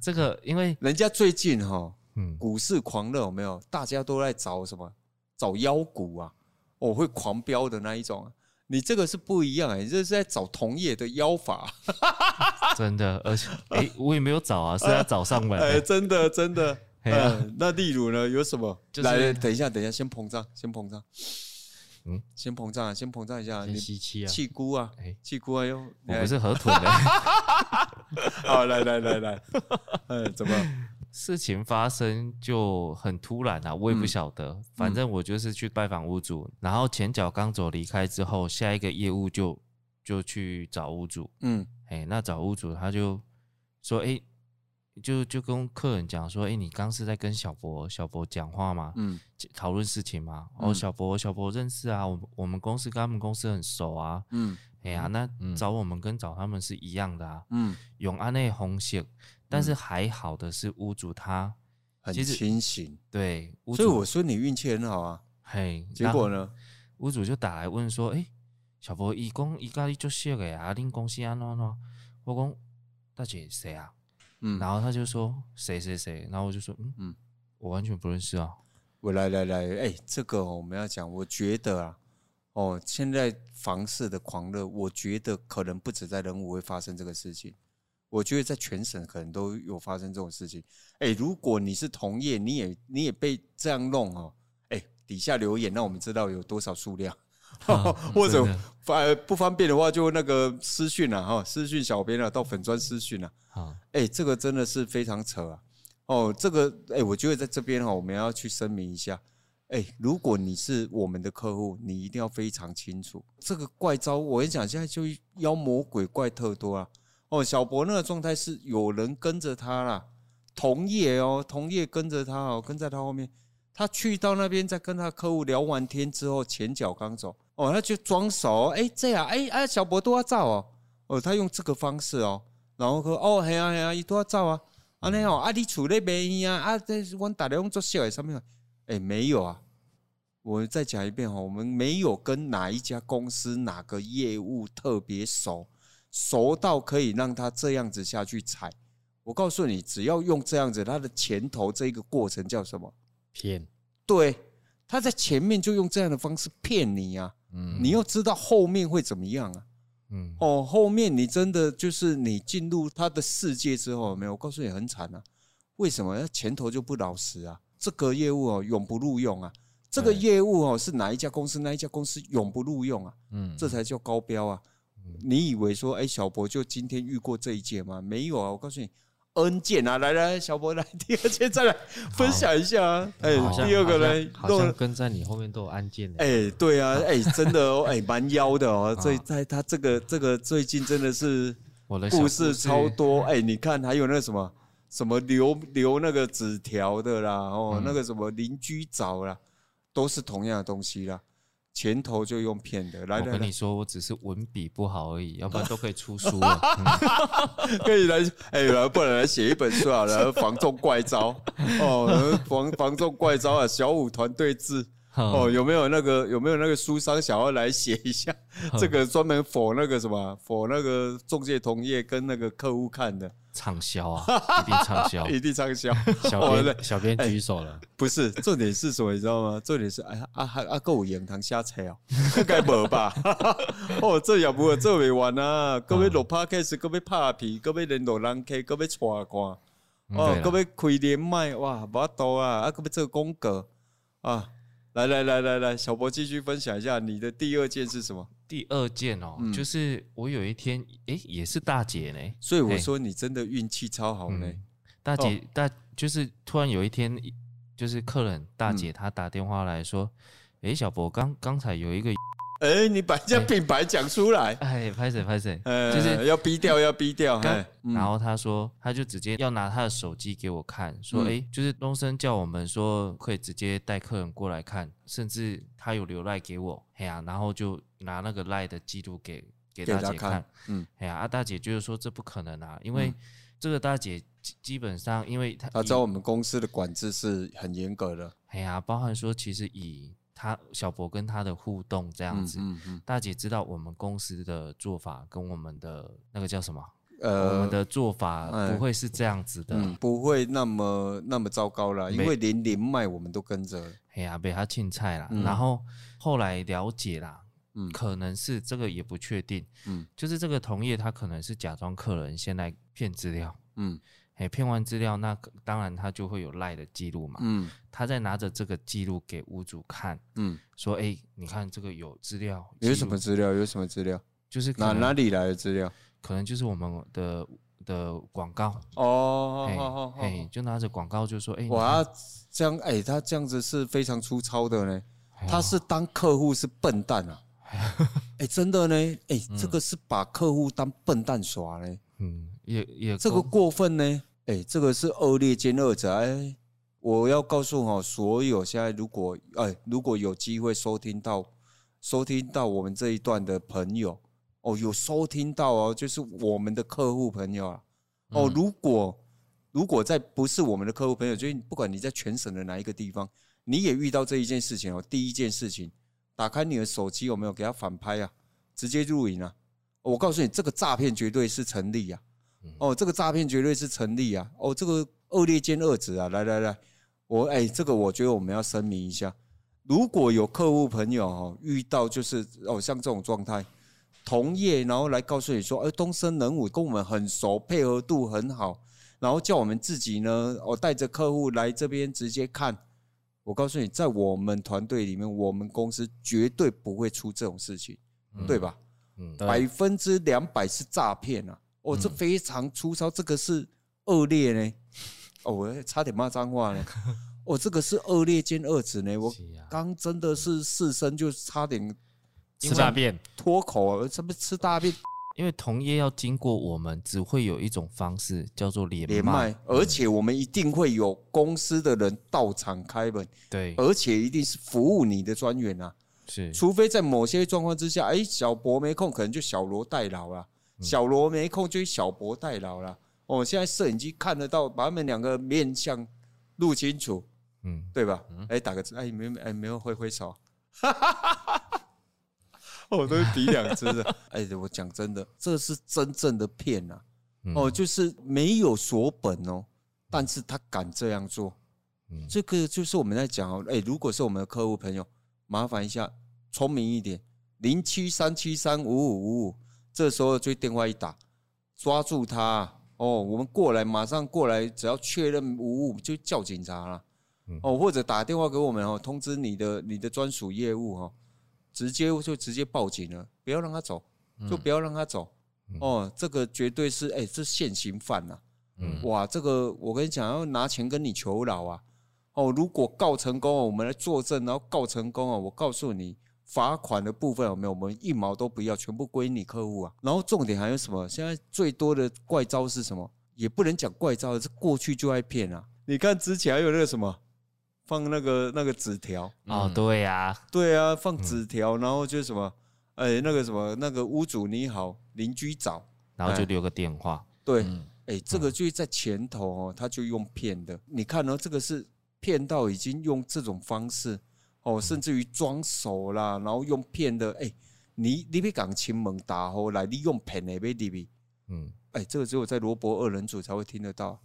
Speaker 2: 这个因为
Speaker 1: 人家最近哈
Speaker 3: 嗯
Speaker 1: 股市狂热有没有？大家都在找什么？找妖股啊，我、会狂飙的那一种、啊。你这个是不一样哎、你这是在找同业的妖 法。
Speaker 2: 真的，而且哎、我也没有找啊，是他找上门、
Speaker 1: 哎、真的真的。
Speaker 2: 哎呀
Speaker 1: 嗯那例如呢，有什么？
Speaker 2: 就是
Speaker 1: 来，等一下，等一下，先膨胀，先膨胀。嗯
Speaker 2: 嗯，
Speaker 1: 先膨胀啊，先膨胀一下。
Speaker 3: 先
Speaker 1: 你
Speaker 3: 吸气啊，
Speaker 1: 气姑啊
Speaker 2: 哎，
Speaker 1: 气姑啊，又
Speaker 2: 欸我不是河豚的、
Speaker 1: 好，来来来来，哎，怎么？
Speaker 2: 事情发生就很突然啊，我也不
Speaker 1: 嗯
Speaker 2: 晓得。反正我就是去拜访屋主，然后前脚刚走离开之后，下一个业务就就去找屋主。
Speaker 1: 嗯
Speaker 2: 哎，那找屋主他就说，哎，就就跟客人讲说，哎，你刚是在跟小博小博讲话吗？
Speaker 1: 嗯
Speaker 2: 讨论事情吗？哦，
Speaker 1: 嗯
Speaker 2: 小博小博认识啊，我们我们公司跟他们公司很熟啊。
Speaker 1: 嗯
Speaker 2: 哎呀、那
Speaker 3: 嗯
Speaker 2: 找我们跟找他们是一样的啊。
Speaker 1: 嗯，
Speaker 2: 永安内红线，但是还好的是屋主他
Speaker 1: 很
Speaker 2: 其实
Speaker 1: 清醒。
Speaker 2: 对屋
Speaker 1: 所以
Speaker 2: 主，
Speaker 1: 我说你运气很好啊。
Speaker 2: 嘿，
Speaker 1: 结
Speaker 2: 那
Speaker 1: 果呢？
Speaker 2: 屋主就打来问说，诶，小博，伊讲伊家己做熟的啊，恁公司安怎安怎样？我讲大姐谁啊？
Speaker 1: 嗯，
Speaker 2: 然后他就说谁谁谁，然后我就说嗯
Speaker 1: 嗯
Speaker 2: 嗯，我完全不认识啊。
Speaker 1: 我来来来，哎、这个、哦、我们要讲，我觉得啊，哦，现在房市的狂热，我觉得可能不止在人武会发生这个事情，我觉得在全省可能都有发生这种事情。哎、如果你是同业，你也你也被这样弄哦，哎、底下留言让我们知道有多少数 量， 或者
Speaker 2: 啊真的
Speaker 1: 呃不方便的话就那个私讯啊，哈、私讯小编啊，到粉砖私讯啊。
Speaker 3: 好，
Speaker 1: 哎、这个真的是非常扯啊！哦，这个哎、我觉得在这边哈、我们要去声明一下，哎、如果你是我们的客户，你一定要非常清楚这个怪招。我跟你讲，现在就妖魔鬼怪特多啊！哦，小博那个状态是有人跟着他啦，同业哦，同业跟着他哦，跟在他后面。他去到那边，再跟他客户聊完天之后，前脚刚走，哦，他就装熟，哎、这样，哎、哎、小博都要照哦，哦，他用这个方式哦，然后去哦，系啊系啊，伊拄啊走啊，安尼哦，啊你厝咧卖伊啊，啊这阮逐日拢做小诶，啥物啊？诶、没有啊，我再讲一遍哦，我们没有跟哪一家公司哪个业务特别熟，熟到可以让他这样子下去踩。我告诉你，只要用这样子，他的前头这个过程叫什么？
Speaker 3: 骗，
Speaker 1: 对，他在前面就用这样的方式骗你啊，
Speaker 3: 嗯，
Speaker 1: 你要知道后面会怎么样啊。
Speaker 2: 嗯，
Speaker 1: 哦，后面你真的就是你进入他的世界之后，有没有，我告诉你很惨啊。为什么？那前头就不老实啊。这个业务哦，永不录用啊。这个
Speaker 3: 对
Speaker 1: 业务哦，是哪一家公司？哪一家公司永不录用啊？
Speaker 3: 嗯，
Speaker 1: 这才叫高标啊！你以为说，哎、小博就今天遇过这一届吗？没有啊！我告诉你，N 件啊，来来，小博来第二件再来分享一下啊！哎、
Speaker 3: 好像
Speaker 1: 第二个来
Speaker 3: 好像好
Speaker 1: 弄了
Speaker 3: 像跟在你后面都有按键的，
Speaker 1: 哎、对啊，哎、真的哦，哎、蛮妖的 哦。
Speaker 3: 啊
Speaker 1: 最在他这个这个最近真的是
Speaker 3: 我的小
Speaker 1: 故事超多。哎、你看还有那个什么什么留留那个纸条的啦，哦，那个什么邻居找啦，都是同样的东西啦。前头就用骗的，来
Speaker 2: 我
Speaker 1: 来
Speaker 2: 跟
Speaker 1: 来
Speaker 2: 你，说，我只是文笔不好而已，要不然都可以出书了。
Speaker 1: 可以来，哎、来，不然来写一本书好了，防重怪招哦，防防重怪招啊，小五团队制。
Speaker 2: 嗯
Speaker 1: 哦，有没有那个有没有那个书商想要来写一下这个专门否那个什么否那个中介同业跟那个客户看的。
Speaker 2: 畅销啊，一 定畅销
Speaker 1: 一地畅销？
Speaker 3: 小
Speaker 1: 哦
Speaker 2: 哎
Speaker 3: 编小编举手了，
Speaker 1: 不是，重点是什么？你知道吗？重点是哎呀啊啊啊！够盐糖瞎猜哦，应该没吧？ 哦，这也不这没完啊！各位录 podcast，各位拍片，各位联络人客，各位带看。
Speaker 3: 嗯
Speaker 1: 哦
Speaker 3: 对，啦
Speaker 1: 各位开连麦哇，巴多啊，啊，各位这个功格啊，来来来来来，小博继续分享一下你的第二件是什么？
Speaker 2: 第二件哦，
Speaker 1: 嗯
Speaker 2: 就是我有一天，诶，也是大姐呢，
Speaker 1: 所以我
Speaker 2: 嘿
Speaker 1: 说你真的运气超好呢。
Speaker 2: 嗯大姐、大就是突然有一天，就是客人大姐她打电话来说，诶，小博刚刚才有一个，
Speaker 1: 哎、你把人家品牌讲出来，
Speaker 2: 哎，拍谁拍谁，
Speaker 1: 呃、
Speaker 2: 就是
Speaker 1: 要逼掉，要逼掉。
Speaker 2: 刚
Speaker 1: 嘿嗯
Speaker 2: 然后他说，他就直接要拿他的手机给我看，说：“
Speaker 1: 嗯
Speaker 2: 诶，就是东升叫我们说可以直接带客人过来看，甚至他有留赖给我，嘿呀、然后就拿那个赖的记录给给
Speaker 1: 给
Speaker 2: 大
Speaker 1: 他
Speaker 2: 姐看
Speaker 1: 看，，嗯，
Speaker 2: 哎呀、啊大姐就是说这不可能啊，因为这个大姐基基本上因为她
Speaker 1: 他
Speaker 2: 以
Speaker 1: 知道我们公司的管制是很严格的，
Speaker 2: 哎呀、包含说其实以她小博跟她的互动这
Speaker 1: 这
Speaker 2: 样子。
Speaker 1: 嗯嗯，
Speaker 2: 大姐知道我们公司的做法跟我们的那个叫什么，我们
Speaker 1: 呃，
Speaker 2: 的做法
Speaker 1: 哎
Speaker 2: 不会是这样子的，
Speaker 1: 嗯，不会那么那么糟糕啦，因
Speaker 2: 没
Speaker 1: 为连连麦我们都跟着，
Speaker 2: 哎呀，被他青菜啦。
Speaker 1: 嗯
Speaker 2: 然后后来了解啦，
Speaker 1: 嗯
Speaker 2: 可能是这个也不确定，
Speaker 1: 嗯
Speaker 2: 就是这个同业他可能是假装客人先来骗资料，
Speaker 1: 嗯
Speaker 2: 哎，骗完资料，那可当然他就会有赖的记录嘛，
Speaker 1: 嗯
Speaker 2: 他再拿着这个记录给屋主看，
Speaker 1: 嗯，
Speaker 2: 说，哎，你看这个有资料，
Speaker 1: 有
Speaker 2: 记
Speaker 1: 什
Speaker 2: 录
Speaker 1: 么资料？有什么资料？
Speaker 2: 就是
Speaker 1: 哪
Speaker 2: 可
Speaker 1: 哪
Speaker 2: 能
Speaker 1: 里来的资料？
Speaker 2: 可能就是我们的的广告，
Speaker 1: 哦，
Speaker 2: 哎、
Speaker 1: 好好好
Speaker 2: 哎，就拿着广告就说，哎、你
Speaker 1: 哇，
Speaker 2: 看
Speaker 1: 他这样哎、他这样子是非常粗糙的呢。
Speaker 2: 哎呦
Speaker 1: 他是当客户是笨蛋 啊，哎、真的呢，哎、这个是把客户当笨蛋耍呢，
Speaker 2: 嗯，也也
Speaker 1: 这个
Speaker 2: 够
Speaker 1: 过分呢，哎、这个是恶劣兼恶者。哎、我要告诉哈，所有现在如果哎、如果有机会收听到收听到我们这一段的朋友，哦，有收听到哦，就是我们的客户朋友啊，哦，
Speaker 2: 嗯
Speaker 1: 如果如果在不是我们的客户朋友，就是不管你在全省的哪一个地方，你也遇到这一件事情哦。第一件事情，打开你的手机有没有给他反拍啊？直接录影啊！我告诉你，这个诈骗绝对是成立啊！哦，这个诈骗绝对是成立啊！哦，这个恶劣兼恶质啊！来来来，我哎、这个我觉得我们要声明一下，如果有客户朋友哦遇到就是哦像这种状态，同业然后来告诉你说，哎、东森人武跟我们很熟，配合度很好，然后叫我们自己呢，哦带着客户来这边直接看。我告诉你，在我们团队里面，我们公司绝对不会出这种事情，对吧？
Speaker 2: 嗯
Speaker 1: 百分之两百是诈骗啊！哦，这非常粗糙，这个是恶劣呢。哦，我差点骂脏话呢。哦，这个是恶劣兼恶质呢。我
Speaker 3: 是啊
Speaker 1: 刚真的是事身就差点
Speaker 3: 吃大便，
Speaker 1: 脱口啊，什么吃大便
Speaker 2: 因为同业要经过我们，只会有一种方式叫做连
Speaker 1: 连
Speaker 2: 麦
Speaker 1: 麦，而且我们一定会有公司的人到场开门，
Speaker 2: 对，
Speaker 1: 而且一定是服务你的专员啊。
Speaker 2: 是
Speaker 1: 除非在某些状况之下，哎、小博没空，可能就小罗代劳啦；小罗没空，就小博代劳啦。哦，现在摄影机看得到，把他们两个面相录清楚，
Speaker 2: 嗯，
Speaker 1: 对吧？哎、打个字，哎、没有，哎、没有挥挥 手，哦我都是比两只的。 哎、我讲真的，这是真正的骗啊！
Speaker 2: 嗯
Speaker 1: 哦，就是没有锁本哦，但是他敢这样做，
Speaker 2: 嗯
Speaker 1: 这个就是我们在讲哦，哎、如果是我们的客户朋友，麻烦一下，聪明一点，零七三七三五五五五，这时候就电话一打，抓住他哦，我们过来，马上过来，只要确认无误就叫警察了，
Speaker 2: 嗯
Speaker 1: 哦，或者打电话给我们哦，通知你的你的专属业务哦，直接就直接报警了，不要让他走，
Speaker 2: 嗯
Speaker 1: 就不要让他走。哦，这个绝对是哎、这现行犯呐、
Speaker 2: 嗯
Speaker 1: 哇，这个我跟你讲，要拿钱跟你求饶啊！哦，如果告成功，哦我们来作证，然后告成功啊，我告诉你，罚款的部分哦有没有？我们一毛都不要，全部归你客户啊。然后重点还有什么？现在最多的怪招是什么？也不能讲怪招，这过去就爱骗啊。你看之前还有那个什么，放那个那个纸条，
Speaker 2: 哦，对呀、
Speaker 1: 对啊，放纸条，然后就是什么，哎、那个什么，那个屋主你好，邻居早，
Speaker 2: 然后
Speaker 1: 哎
Speaker 2: 就留个电话，
Speaker 1: 对，哎、
Speaker 2: 嗯
Speaker 1: 这个就是在前头哦，他就用骗的。你看哦，这个是骗到已经用这种方式哦，甚至于装熟啦，然后用骗的。哎、你你别讲亲门打后来，你用骗的被你
Speaker 2: 嗯，
Speaker 1: 哎、这个只有在罗伯二人组才会听得到。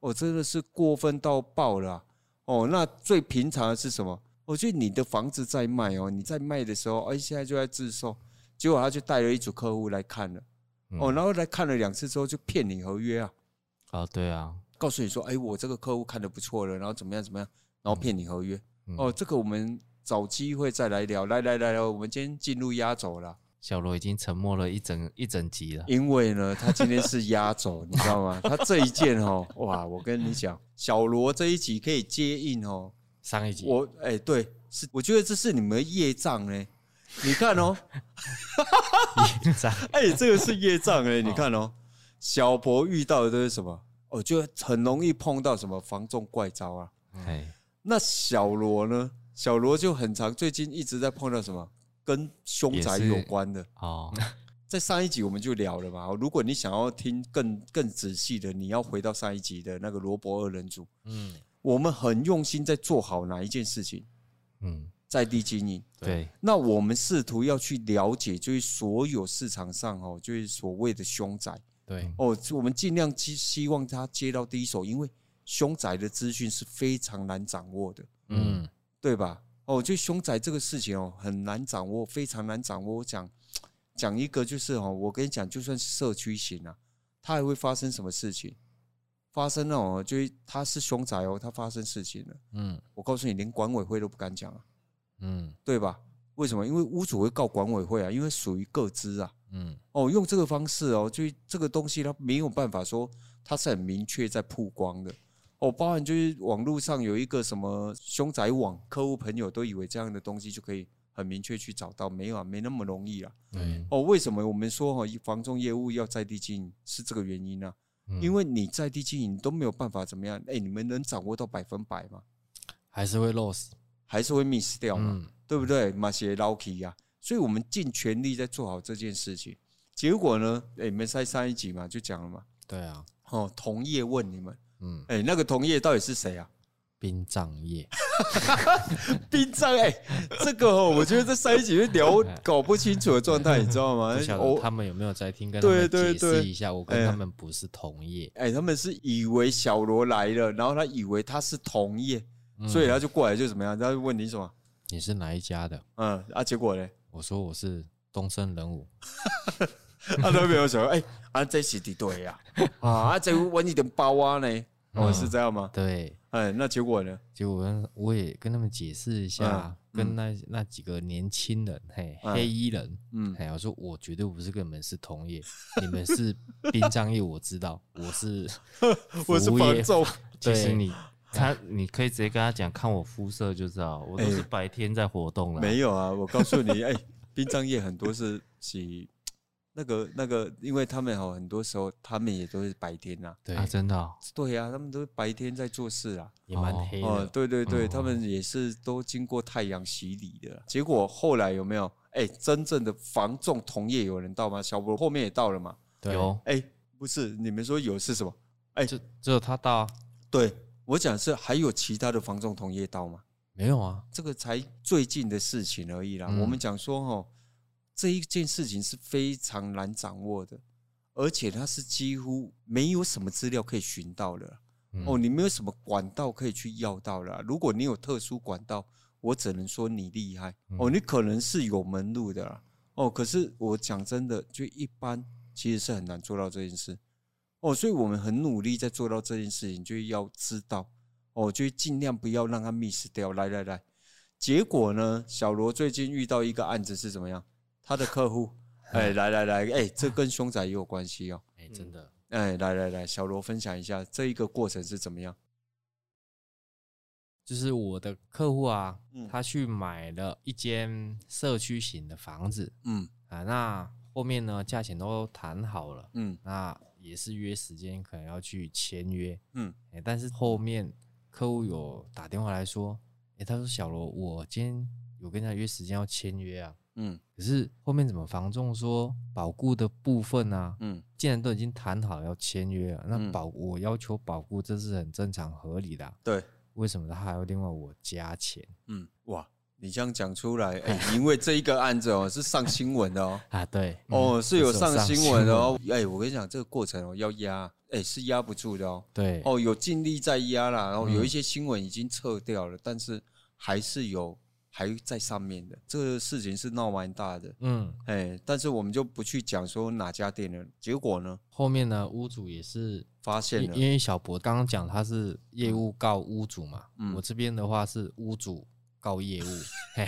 Speaker 1: 哦，真的是过分到爆了啊、哦，那最平常的是什么？我觉得你的房子在卖哦，你在卖的时候，哎，现在就在自售，结果他就带了一组客户来看了，哦，然后来看了两次之后就骗你合约啊，
Speaker 2: 哦，对啊，
Speaker 1: 告诉你说，哎，我这个客户看的不错了，然后怎么样怎么样，然后骗你合约。哦，这个我们找机会再来聊。来来来来，我们今天进入压轴了。啊
Speaker 2: 小罗已经沉默了一整一整集了，
Speaker 1: 因为呢，他今天是压轴，你知道吗？他这一件哦，哇，我跟你讲，小罗这一集可以接应哦。
Speaker 3: 上一集
Speaker 1: 我哎、对，是，我觉得这是你们的业障呢。你看哦，
Speaker 2: 这样
Speaker 1: 哎、这个是业障哎、你看哦，小博遇到的都是什么？我觉得很容易碰到什么防重怪招啊。
Speaker 2: 哎，
Speaker 1: 那小罗呢？小罗就很常最近一直在碰到什么跟凶宅有关的。
Speaker 2: 哦，
Speaker 1: 在上一集我们就聊了嘛，如果你想要听更更仔细的，你要回到上一集的那个罗伯二人组。
Speaker 3: 嗯
Speaker 1: 我们很用心在做好哪一件事情，
Speaker 2: 嗯，
Speaker 1: 在地经营。
Speaker 2: 对，
Speaker 1: 那我们试图要去了解，就是所有市场上哦，就是所谓的凶宅
Speaker 3: 对，
Speaker 1: 哦，我们尽量希希望他接到第一手，因为凶宅的资讯是非常难掌握的。
Speaker 3: 嗯
Speaker 1: 对吧？哦，就凶宅这个事情哦，很难掌握，非常难掌握。我讲讲一个就是哦，我跟你讲，就算是社区型啊，它还会发生什么事情？发生那种哦就是它是凶宅哦，它发生事情了。
Speaker 3: 嗯
Speaker 1: 我告诉你，连管委会都不敢讲啊，
Speaker 3: 嗯
Speaker 1: 对吧？为什么？因为屋主会告管委会啊，因为属于个资啊。
Speaker 3: 嗯
Speaker 2: 嗯，
Speaker 1: 哦，用这个方式哦，就这个东西它没有办法说它是很明确在曝光的。哦，包含就是网络上有一个什么凶宅网，客户朋友都以为这样的东西就可以很明确去找到，没有啊，没那么容易啊。
Speaker 2: 对，
Speaker 1: 哦，为什么我们说哈、哦，房仲业务要在地经营是这个原因啊？
Speaker 4: 嗯
Speaker 1: 因为你在地经营都没有办法怎么样，哎，你们能掌握到百分百吗？
Speaker 2: 还是会 loss。
Speaker 1: 还是会 miss 掉嘛？
Speaker 2: 嗯，
Speaker 1: 对不对？马些 l o k 呀，啊所以我们尽全力在做好这件事情。结果呢，哎，你们在上一集嘛就讲了嘛，
Speaker 2: 对啊，
Speaker 1: 哦，同业问你们，
Speaker 2: 嗯，
Speaker 1: 哎，那个同业到底是谁啊？
Speaker 2: 殡葬业，
Speaker 1: 殡葬哎，这个哦，我觉得这上一集就 聊搞不清楚的状态，你知道吗
Speaker 2: 不？晓得
Speaker 1: 哦，
Speaker 2: 他们有没有在听，跟他
Speaker 1: 对
Speaker 2: 们
Speaker 1: 对
Speaker 2: 解释
Speaker 1: 对
Speaker 2: 一下，我
Speaker 1: 哎
Speaker 2: 跟
Speaker 1: 呀
Speaker 2: 他们不是同业，
Speaker 1: 哎，他们是以为小罗来了，然后他以为他是同业，
Speaker 2: 嗯
Speaker 1: 所以他就过来就怎么样，他就问你什么？
Speaker 2: 你是哪一家的？
Speaker 1: 嗯啊，结果呢，
Speaker 2: 我说我是东森人物，
Speaker 1: 他都没有想，哎，啊这是敌对呀，啊啊这问一点包啊呢，
Speaker 2: 嗯
Speaker 1: 哦是这样吗？
Speaker 2: 对，
Speaker 1: 哎，那结果呢？
Speaker 2: 结果我跟我也跟他们解释一下，跟那那几个年轻人，嘿，
Speaker 1: 嗯
Speaker 2: 黑衣人，
Speaker 1: 嗯，
Speaker 2: 哎，我说我绝对不是跟你们是同业，你们是殡葬业，我知道，我 是
Speaker 1: 我是
Speaker 2: 服务
Speaker 1: 房
Speaker 2: 业，
Speaker 1: 仲，
Speaker 4: 其实
Speaker 2: 对
Speaker 4: 你他你可以直接跟他讲，看我肤色就知道，我都是
Speaker 1: 哎
Speaker 4: 白天在活动了。
Speaker 1: 没有啊，我告诉你，哎，殡葬业很多是是那个那个，因为他们哦，很多时候他们也都是白天啊，
Speaker 2: 对，
Speaker 4: 啊，真的哦、
Speaker 1: 对啊，他们都是白天在做事啊，
Speaker 2: 也蛮黑
Speaker 1: 哦，
Speaker 2: 的，
Speaker 1: 对对
Speaker 4: 嗯
Speaker 1: 对，他们也是都经过太阳洗礼的。结果后来有没有？哎，真正的房仲同业有人到吗？小博后面也到了嘛？
Speaker 2: 对，
Speaker 4: 有
Speaker 1: 哎，不是，你们说有是什么？
Speaker 2: 就只有他到啊，
Speaker 1: 对我讲是还有其他的房仲同业到吗？
Speaker 2: 没有啊，
Speaker 1: 这个才最近的事情而已啦。
Speaker 2: 嗯
Speaker 1: 我们讲说哦，这一件事情是非常难掌握的，而且它是几乎没有什么资料可以寻到的啦。
Speaker 4: 嗯
Speaker 1: 哦，你没有什么管道可以去要到啦。如果你有特殊管道，我只能说你厉害哦，你可能是有门路的啦。哦，可是我讲真的，就一般其实是很难做到这件事。哦，所以我们很努力在做到这件事情，就要知道哦，就尽量不要让它 miss 掉。来来来，结果呢，小罗最近遇到一个案子是怎么样？他的客户，哎，来来来，哎，这跟凶宅也有关系哦。
Speaker 2: 哎，真的，
Speaker 1: 哎，来来来，小罗分享一下这一个过程是怎么样？
Speaker 2: 就是我的客户啊
Speaker 1: 嗯，
Speaker 2: 他去买了一间社区型的房子
Speaker 1: 嗯
Speaker 2: 啊，那后面呢，价钱都谈好了，
Speaker 1: 嗯
Speaker 2: 那也是约时间，可能要去签约，
Speaker 1: 嗯
Speaker 2: 哎、但是后面客户有打电话来说，哎、他说小罗，我今天有跟他约时间要签约啊，
Speaker 1: 嗯
Speaker 2: 可是后面怎么房仲说保固的部分啊，
Speaker 1: 嗯
Speaker 2: 既然都已经谈好要签约了，
Speaker 1: 嗯
Speaker 2: 那保、我要求保固这是很正常合理的啊、
Speaker 1: 对，
Speaker 2: 为什么他还要另外我加钱
Speaker 1: 嗯，哇，你这样讲出来，哎、 因为这一个案子哦是上新闻的哦，
Speaker 2: 啊？对，
Speaker 1: 哦是有上新闻的
Speaker 2: 的
Speaker 1: 哦，哎、我跟你讲这个过程哦要压，哎、是压不住的哦，
Speaker 2: 对，
Speaker 1: 哦有尽力在压啦，然后有一些新闻已经撤掉了，但是还是有还在上面的，这个事情是闹蛮大的，
Speaker 2: 嗯，
Speaker 1: 哎、但是我们就不去讲说哪家店了，结果呢
Speaker 2: 后面呢，屋主也是
Speaker 1: 发
Speaker 2: 因
Speaker 1: 现了
Speaker 2: 因，为小博刚刚讲他是业务告屋主嘛，
Speaker 1: 嗯
Speaker 2: 我这边的话是屋主告业 务，嘿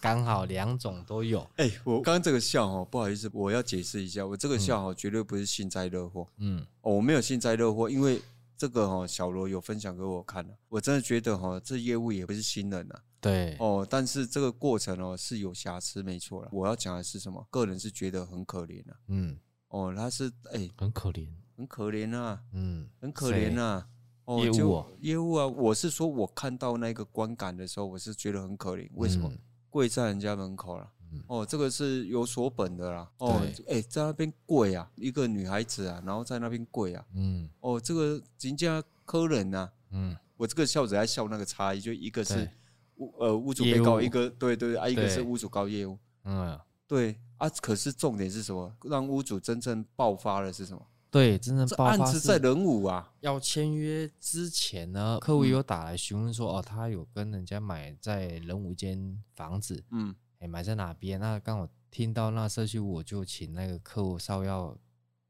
Speaker 2: 刚好两种都有。
Speaker 1: 哎、我刚刚这个笑哦，不好意思，我要解释一下，我这个笑哦绝对不是幸灾乐祸。
Speaker 2: 嗯，
Speaker 1: 哦，我没有幸灾乐祸，因为这个哈、小罗有分享给我看了、我真的觉得哈、这业务也不是新人了、
Speaker 2: 对，
Speaker 1: 哦，但是这个过程哦是有瑕疵，没错了。我要讲的是什么？个人是觉得很可怜啊，
Speaker 2: 嗯，
Speaker 1: 哦，他是哎、
Speaker 2: 很可怜。
Speaker 1: 很可怜啊，
Speaker 2: 嗯，
Speaker 1: 很可怜啊。哦，
Speaker 4: 业务
Speaker 1: 就
Speaker 4: 哦
Speaker 1: 业务啊，我是说，我看到那个观感的时候，我是觉得很可怜。为什么？
Speaker 2: 嗯
Speaker 1: 跪在人家门口了。
Speaker 2: 嗯
Speaker 1: 哦，这个是有所本的啦。哦，哎、在那边跪啊，一个女孩子啊，然后在那边跪啊。
Speaker 2: 嗯
Speaker 1: 哦，这个人家客人呐、啊，
Speaker 2: 嗯，
Speaker 1: 我这个笑者在笑那个差异，就一个是
Speaker 2: 对
Speaker 1: 屋呃屋主
Speaker 2: 业
Speaker 1: 被告，
Speaker 2: 务
Speaker 1: 一个对对啊，一个
Speaker 2: 对
Speaker 1: 是屋主告业务，
Speaker 2: 嗯，
Speaker 1: 对啊。可是重点是什么？让屋主真正爆发的是什么？
Speaker 2: 对，真正
Speaker 1: 这
Speaker 2: 爆
Speaker 1: 案
Speaker 2: 发
Speaker 1: 子在
Speaker 2: 是
Speaker 1: 人武啊，
Speaker 2: 要签约之前呢，客
Speaker 1: 嗯
Speaker 2: 户有打来询问说，哦，他有跟人家买在仁武一间房子，
Speaker 1: 嗯
Speaker 2: 哎，买在哪边？那刚好听到那社区，我就请那个客户稍微要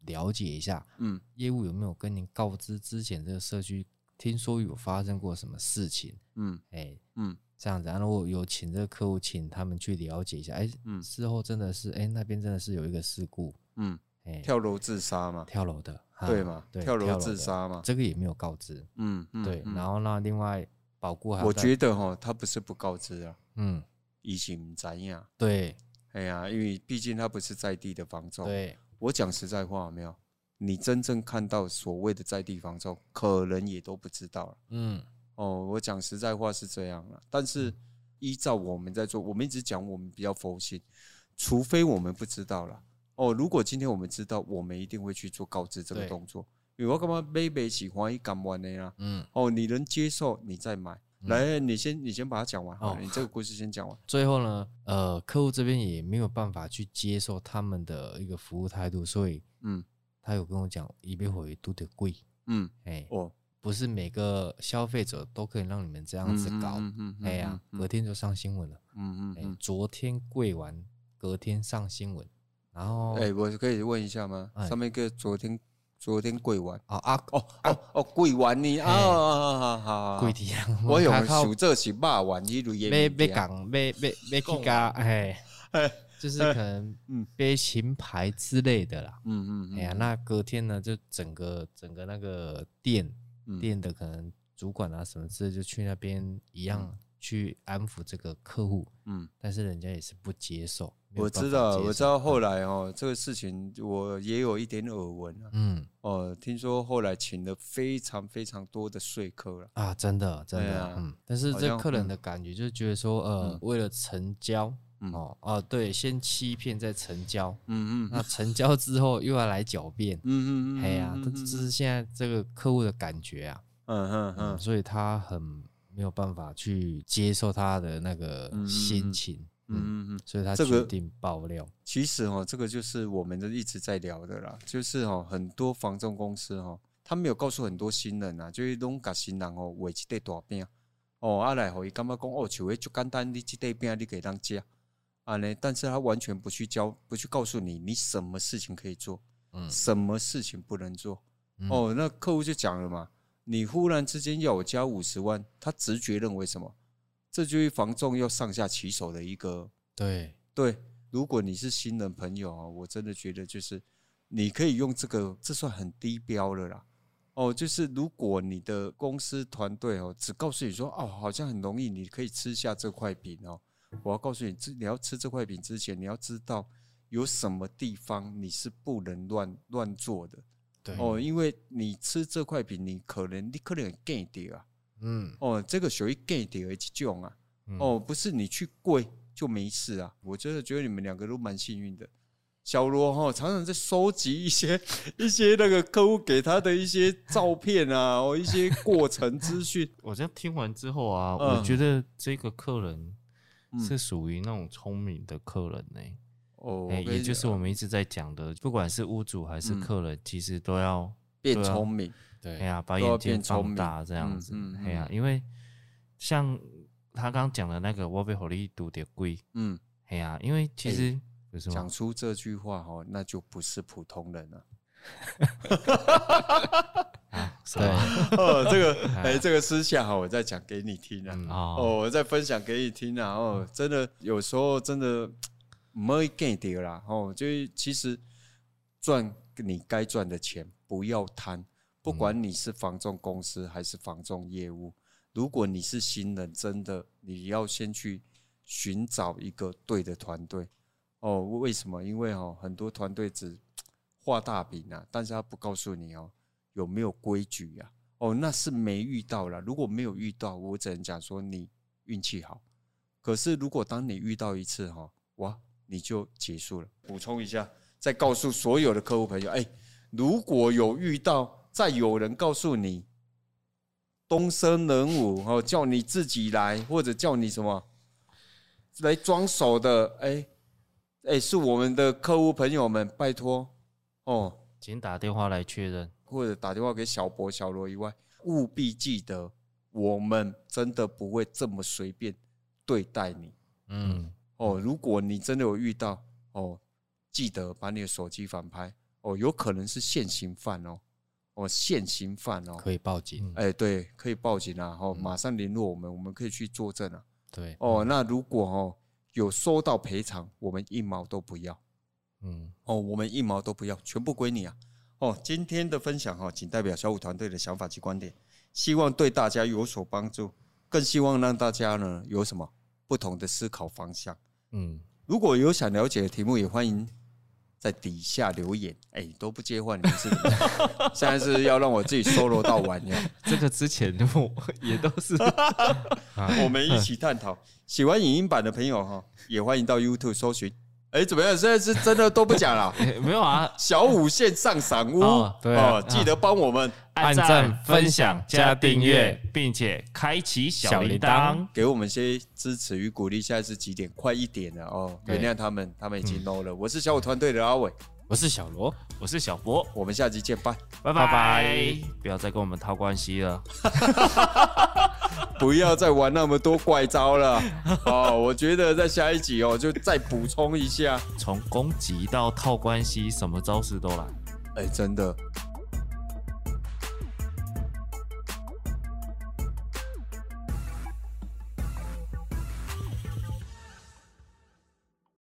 Speaker 2: 了解一下，
Speaker 1: 嗯
Speaker 2: 业务有没有跟您告知之前这个社区听说有发生过什么事情？
Speaker 1: 嗯
Speaker 2: 哎，
Speaker 1: 嗯，
Speaker 2: 这样子，然后有请这个客户，请他们去了解一下，哎、
Speaker 1: 嗯
Speaker 2: 事后真的是，哎、那边真的是有一个事故，
Speaker 1: 嗯，
Speaker 2: 哎、
Speaker 1: 跳楼自杀嘛，
Speaker 2: 跳楼的，啊
Speaker 1: 对嘛，
Speaker 2: 对，
Speaker 1: 跳楼
Speaker 2: 的
Speaker 1: 自，杀嘛，
Speaker 2: 这个也没有告知，
Speaker 1: 嗯，嗯
Speaker 2: 对，
Speaker 1: 嗯
Speaker 2: 然后那另外保固还有
Speaker 1: 我
Speaker 2: 在
Speaker 1: 觉得哈，他不是不告知啊，
Speaker 2: 嗯，
Speaker 1: 以前怎样？
Speaker 2: 对
Speaker 1: 啊哎呀，因为毕竟他不是在地的房仲，
Speaker 2: 对，
Speaker 1: 我讲实在话，有没有，你真正看到所谓的在地房仲，可能也都不知道了。
Speaker 2: 嗯
Speaker 1: 哦，我讲实在话是这样了，但是依照我们在做，我们一直讲我们比较佛心，除非我们不知道了。哦，如果今天我们知道，我们一定会去做告知这个
Speaker 2: 对
Speaker 1: 动作。因为我干嘛妹妹喜欢一干完的呀？
Speaker 2: 嗯，
Speaker 1: 哦，你能接受，你再买。
Speaker 2: 嗯
Speaker 1: 来，你先你先把它讲完好了，
Speaker 2: 哦
Speaker 1: 你这个故事先讲完。
Speaker 2: 最后呢，呃，客户这边也没有办法去接受他们的一个服务态度，所以
Speaker 1: 嗯
Speaker 2: 他有跟我讲，一杯回都得贵，
Speaker 1: 嗯，
Speaker 2: 哎、
Speaker 1: 哦，
Speaker 2: 不是每个消费者都可以让你们这样子搞，
Speaker 1: 嗯嗯
Speaker 2: 哎呀、隔天就上新闻了，
Speaker 1: 嗯嗯
Speaker 2: 哎、
Speaker 1: 嗯。
Speaker 2: 昨天跪完，隔天上新闻，然后，
Speaker 1: 哎，我可以问一下吗？
Speaker 2: 哦哎
Speaker 1: 上面一个昨天昨天跪完
Speaker 2: 哦啊，
Speaker 1: 哦哦哦跪完你啊，
Speaker 2: 哎
Speaker 1: 好好好好
Speaker 2: 跪。地啊，
Speaker 1: 我有
Speaker 2: 看到
Speaker 1: 想这是肉丸迄类
Speaker 2: 被
Speaker 1: 的
Speaker 2: 被
Speaker 1: 物件，
Speaker 2: 港被被被去嘎，哎，就是可能
Speaker 1: 嗯
Speaker 2: 被行牌之类的啦。
Speaker 1: 嗯嗯，
Speaker 2: 哎呀，那隔天呢，就整个整个那个店
Speaker 1: 嗯
Speaker 2: 店的可能主管啊什么之类，就去那边一样去安抚这个客户，
Speaker 1: 嗯，
Speaker 2: 但是人家也是不接受。没有
Speaker 1: 我
Speaker 2: 办
Speaker 1: 知
Speaker 2: 法嗯
Speaker 1: 道，
Speaker 2: 接
Speaker 1: 我
Speaker 2: 受
Speaker 1: 知道后，来哦，这个事情我也有一点耳闻啊，
Speaker 2: 嗯
Speaker 1: 哦，听说后来请了非常非常多的说客了，
Speaker 2: 啊，真的真
Speaker 1: 对
Speaker 2: 的，
Speaker 1: 啊
Speaker 2: 嗯，但是
Speaker 1: 好
Speaker 2: 这
Speaker 1: 像
Speaker 2: 客人
Speaker 1: 嗯
Speaker 2: 的感觉就是觉得说，呃
Speaker 1: 嗯，
Speaker 2: 为了成交，
Speaker 1: 嗯
Speaker 2: 哦哦，对，先欺骗再成交，
Speaker 1: 嗯嗯
Speaker 2: 那成交之后又要来狡辩，
Speaker 1: 嗯嗯嗯，
Speaker 2: 哎呀，
Speaker 1: 嗯
Speaker 2: 这这是现在这个客户的感觉啊，
Speaker 1: 嗯嗯
Speaker 2: 嗯，
Speaker 1: 嗯，
Speaker 2: 所以他很没有办法去接受他的那个
Speaker 1: 嗯嗯
Speaker 2: 心情，嗯，
Speaker 1: 嗯嗯嗯，
Speaker 2: 所以他
Speaker 1: 这个
Speaker 2: 决定爆料，
Speaker 1: 其实哦，这个就是我们都一直在聊的啦，就是哦，很多房仲公司哦，他没有告诉很多新人啊，就是拢甲新人哦画一块大饼，哦，啊来互伊感觉讲哦，像迄就简单，你这块饼你给当吃，啊呢，但是他完全不去教，不去告诉你你什么事情可以做，
Speaker 2: 嗯
Speaker 1: 什么事情不能做。
Speaker 2: 嗯
Speaker 1: 哦，那客户就讲了嘛，你忽然之间要我加五十万，他直觉认为什么？这就是房仲要上下其手的一个
Speaker 2: 对，
Speaker 1: 对，如果你是新人朋友啊，我真的觉得就是你可以用这个，这算很低标了啦。哦，就是如果你的公司团队哦，只告诉你说哦，好像很容易，你可以吃下这块饼哦。我要告诉你，这你要吃这块饼之前，你要知道有什么地方你是不能乱乱做的
Speaker 2: 对，
Speaker 1: 哦，因为你吃这块饼，你可能你可能会 g 掉啊。
Speaker 2: 嗯，
Speaker 1: 哦，这个属于 gay 的一种啊，
Speaker 2: 嗯
Speaker 1: 哦，不是你去跪就没事啊。我真的觉得你们两个都蛮幸运的。小罗哈、哦，常常在收集一些 一些那个客户给他的一些照片啊，哦，一些过程资讯。
Speaker 5: 我这样听完之后啊，
Speaker 1: 嗯
Speaker 5: 我觉得这个客人
Speaker 1: 嗯
Speaker 5: 是属于那种聪明的客人呢、欸
Speaker 1: 哦，
Speaker 5: 哎、
Speaker 1: 我
Speaker 5: 也
Speaker 1: 跟你
Speaker 5: 就是
Speaker 1: 讲
Speaker 5: 我们一直在讲的，不管是屋主还是
Speaker 1: 嗯
Speaker 5: 客人，其实都要
Speaker 1: 变
Speaker 5: 对啊
Speaker 1: 聪明，
Speaker 2: 对，
Speaker 5: 哎呀、把
Speaker 1: 都要
Speaker 5: 眼睛
Speaker 1: 变聪
Speaker 5: 放
Speaker 1: 明
Speaker 5: 大这样
Speaker 1: 嗯
Speaker 5: 子
Speaker 1: 嗯，
Speaker 5: 哎呀、
Speaker 1: 嗯
Speaker 5: 因为像他刚讲的那个，我被火力堵的贵，
Speaker 1: 嗯，
Speaker 5: 哎呀、因为其
Speaker 1: 哎
Speaker 5: 实有什
Speaker 1: 讲
Speaker 5: 么
Speaker 1: 出这句话哦，那就不是普通 人了。
Speaker 5: 啊，什
Speaker 2: 对
Speaker 5: 么
Speaker 1: 哦，这个哎，这个私下哈，我再讲给你听啊。
Speaker 2: 嗯
Speaker 5: 哦，
Speaker 1: 哦，我再分享给你听啊！哦，真的有时候真的没 get 到啦！哦，就是其实赚你该赚的钱，不要贪。不管你是房仲公司还是房仲业务，如果你是新人，真的你要先去寻找一个对的团队。哦，为什么？因为哦，很多团队只画大饼啊，但是他不告诉你哦有没有规矩呀、哦，那是没遇到啦。如果没有遇到，我只能讲说你运气好。可是如果当你遇到一次哈，哇，你就结束了。补充一下，再告诉所有的客户朋友，哎、如果有遇到，再有人告诉你东升人武哦，叫你自己来，或者叫你什么来装手的，哎、哎、是我们的客户朋友们，拜托哦，
Speaker 5: 请打电话来确认。
Speaker 1: 或者打电话给小博、小罗以外，务必记得，我们真的不会这么随便对待你
Speaker 2: 嗯，
Speaker 1: 哦。如果你真的有遇到哦，记得把你的手机反拍哦，有可能是现行犯哦，哦，现行犯哦，
Speaker 2: 可以报警，嗯
Speaker 5: 嗯
Speaker 1: 哎，对，可以报警啊，哦，马上联络我们，我们可以去作证啊。
Speaker 3: 对，
Speaker 1: 哦，那如果哦有收到赔偿，我们一毛都不要
Speaker 3: 嗯，
Speaker 1: 哦，我们一毛都不要，全部归你啊。哦，今天的分享哦，仅代表小五团队的想法及观点，希望对大家有所帮助，更希望让大家呢有什么不同的思考方向。
Speaker 2: 嗯，
Speaker 1: 如果有想了解的题目，也欢迎在底下留言。哎、都不接话，你们是怎么样现在是要让我自己 solo 到完呀？
Speaker 2: 这个之前我也都是啊
Speaker 1: 我们一起探讨。喜欢影音版的朋友哈，也欢迎到 YouTube 搜寻。哎、怎么样？现在是真的都不讲了。
Speaker 2: 哎 没有啊，
Speaker 1: 小五线上赏屋
Speaker 2: 哦
Speaker 3: 对啊
Speaker 1: 哦记得帮我们
Speaker 2: 按赞、分享、加订阅，并且开启
Speaker 3: 小
Speaker 2: 小
Speaker 3: 铃
Speaker 2: 铃
Speaker 3: 铛
Speaker 2: 铛。
Speaker 1: 给我们些支持与鼓励。现在是几点？快一点了哦，
Speaker 3: 对嗯
Speaker 1: 原谅他们，他们已经 low 了。我是小五团队的阿伟，
Speaker 3: 我是小罗，
Speaker 2: 我是小博，
Speaker 1: 我们下集见，拜。
Speaker 2: 拜
Speaker 3: 拜
Speaker 2: 拜！不要再跟我们套关系了。
Speaker 1: 不要再玩那么多怪招了哦！我觉得在下一集哦，就再补充一下。
Speaker 2: 从攻击到套关系，什么招式都来。
Speaker 1: 哎，真的，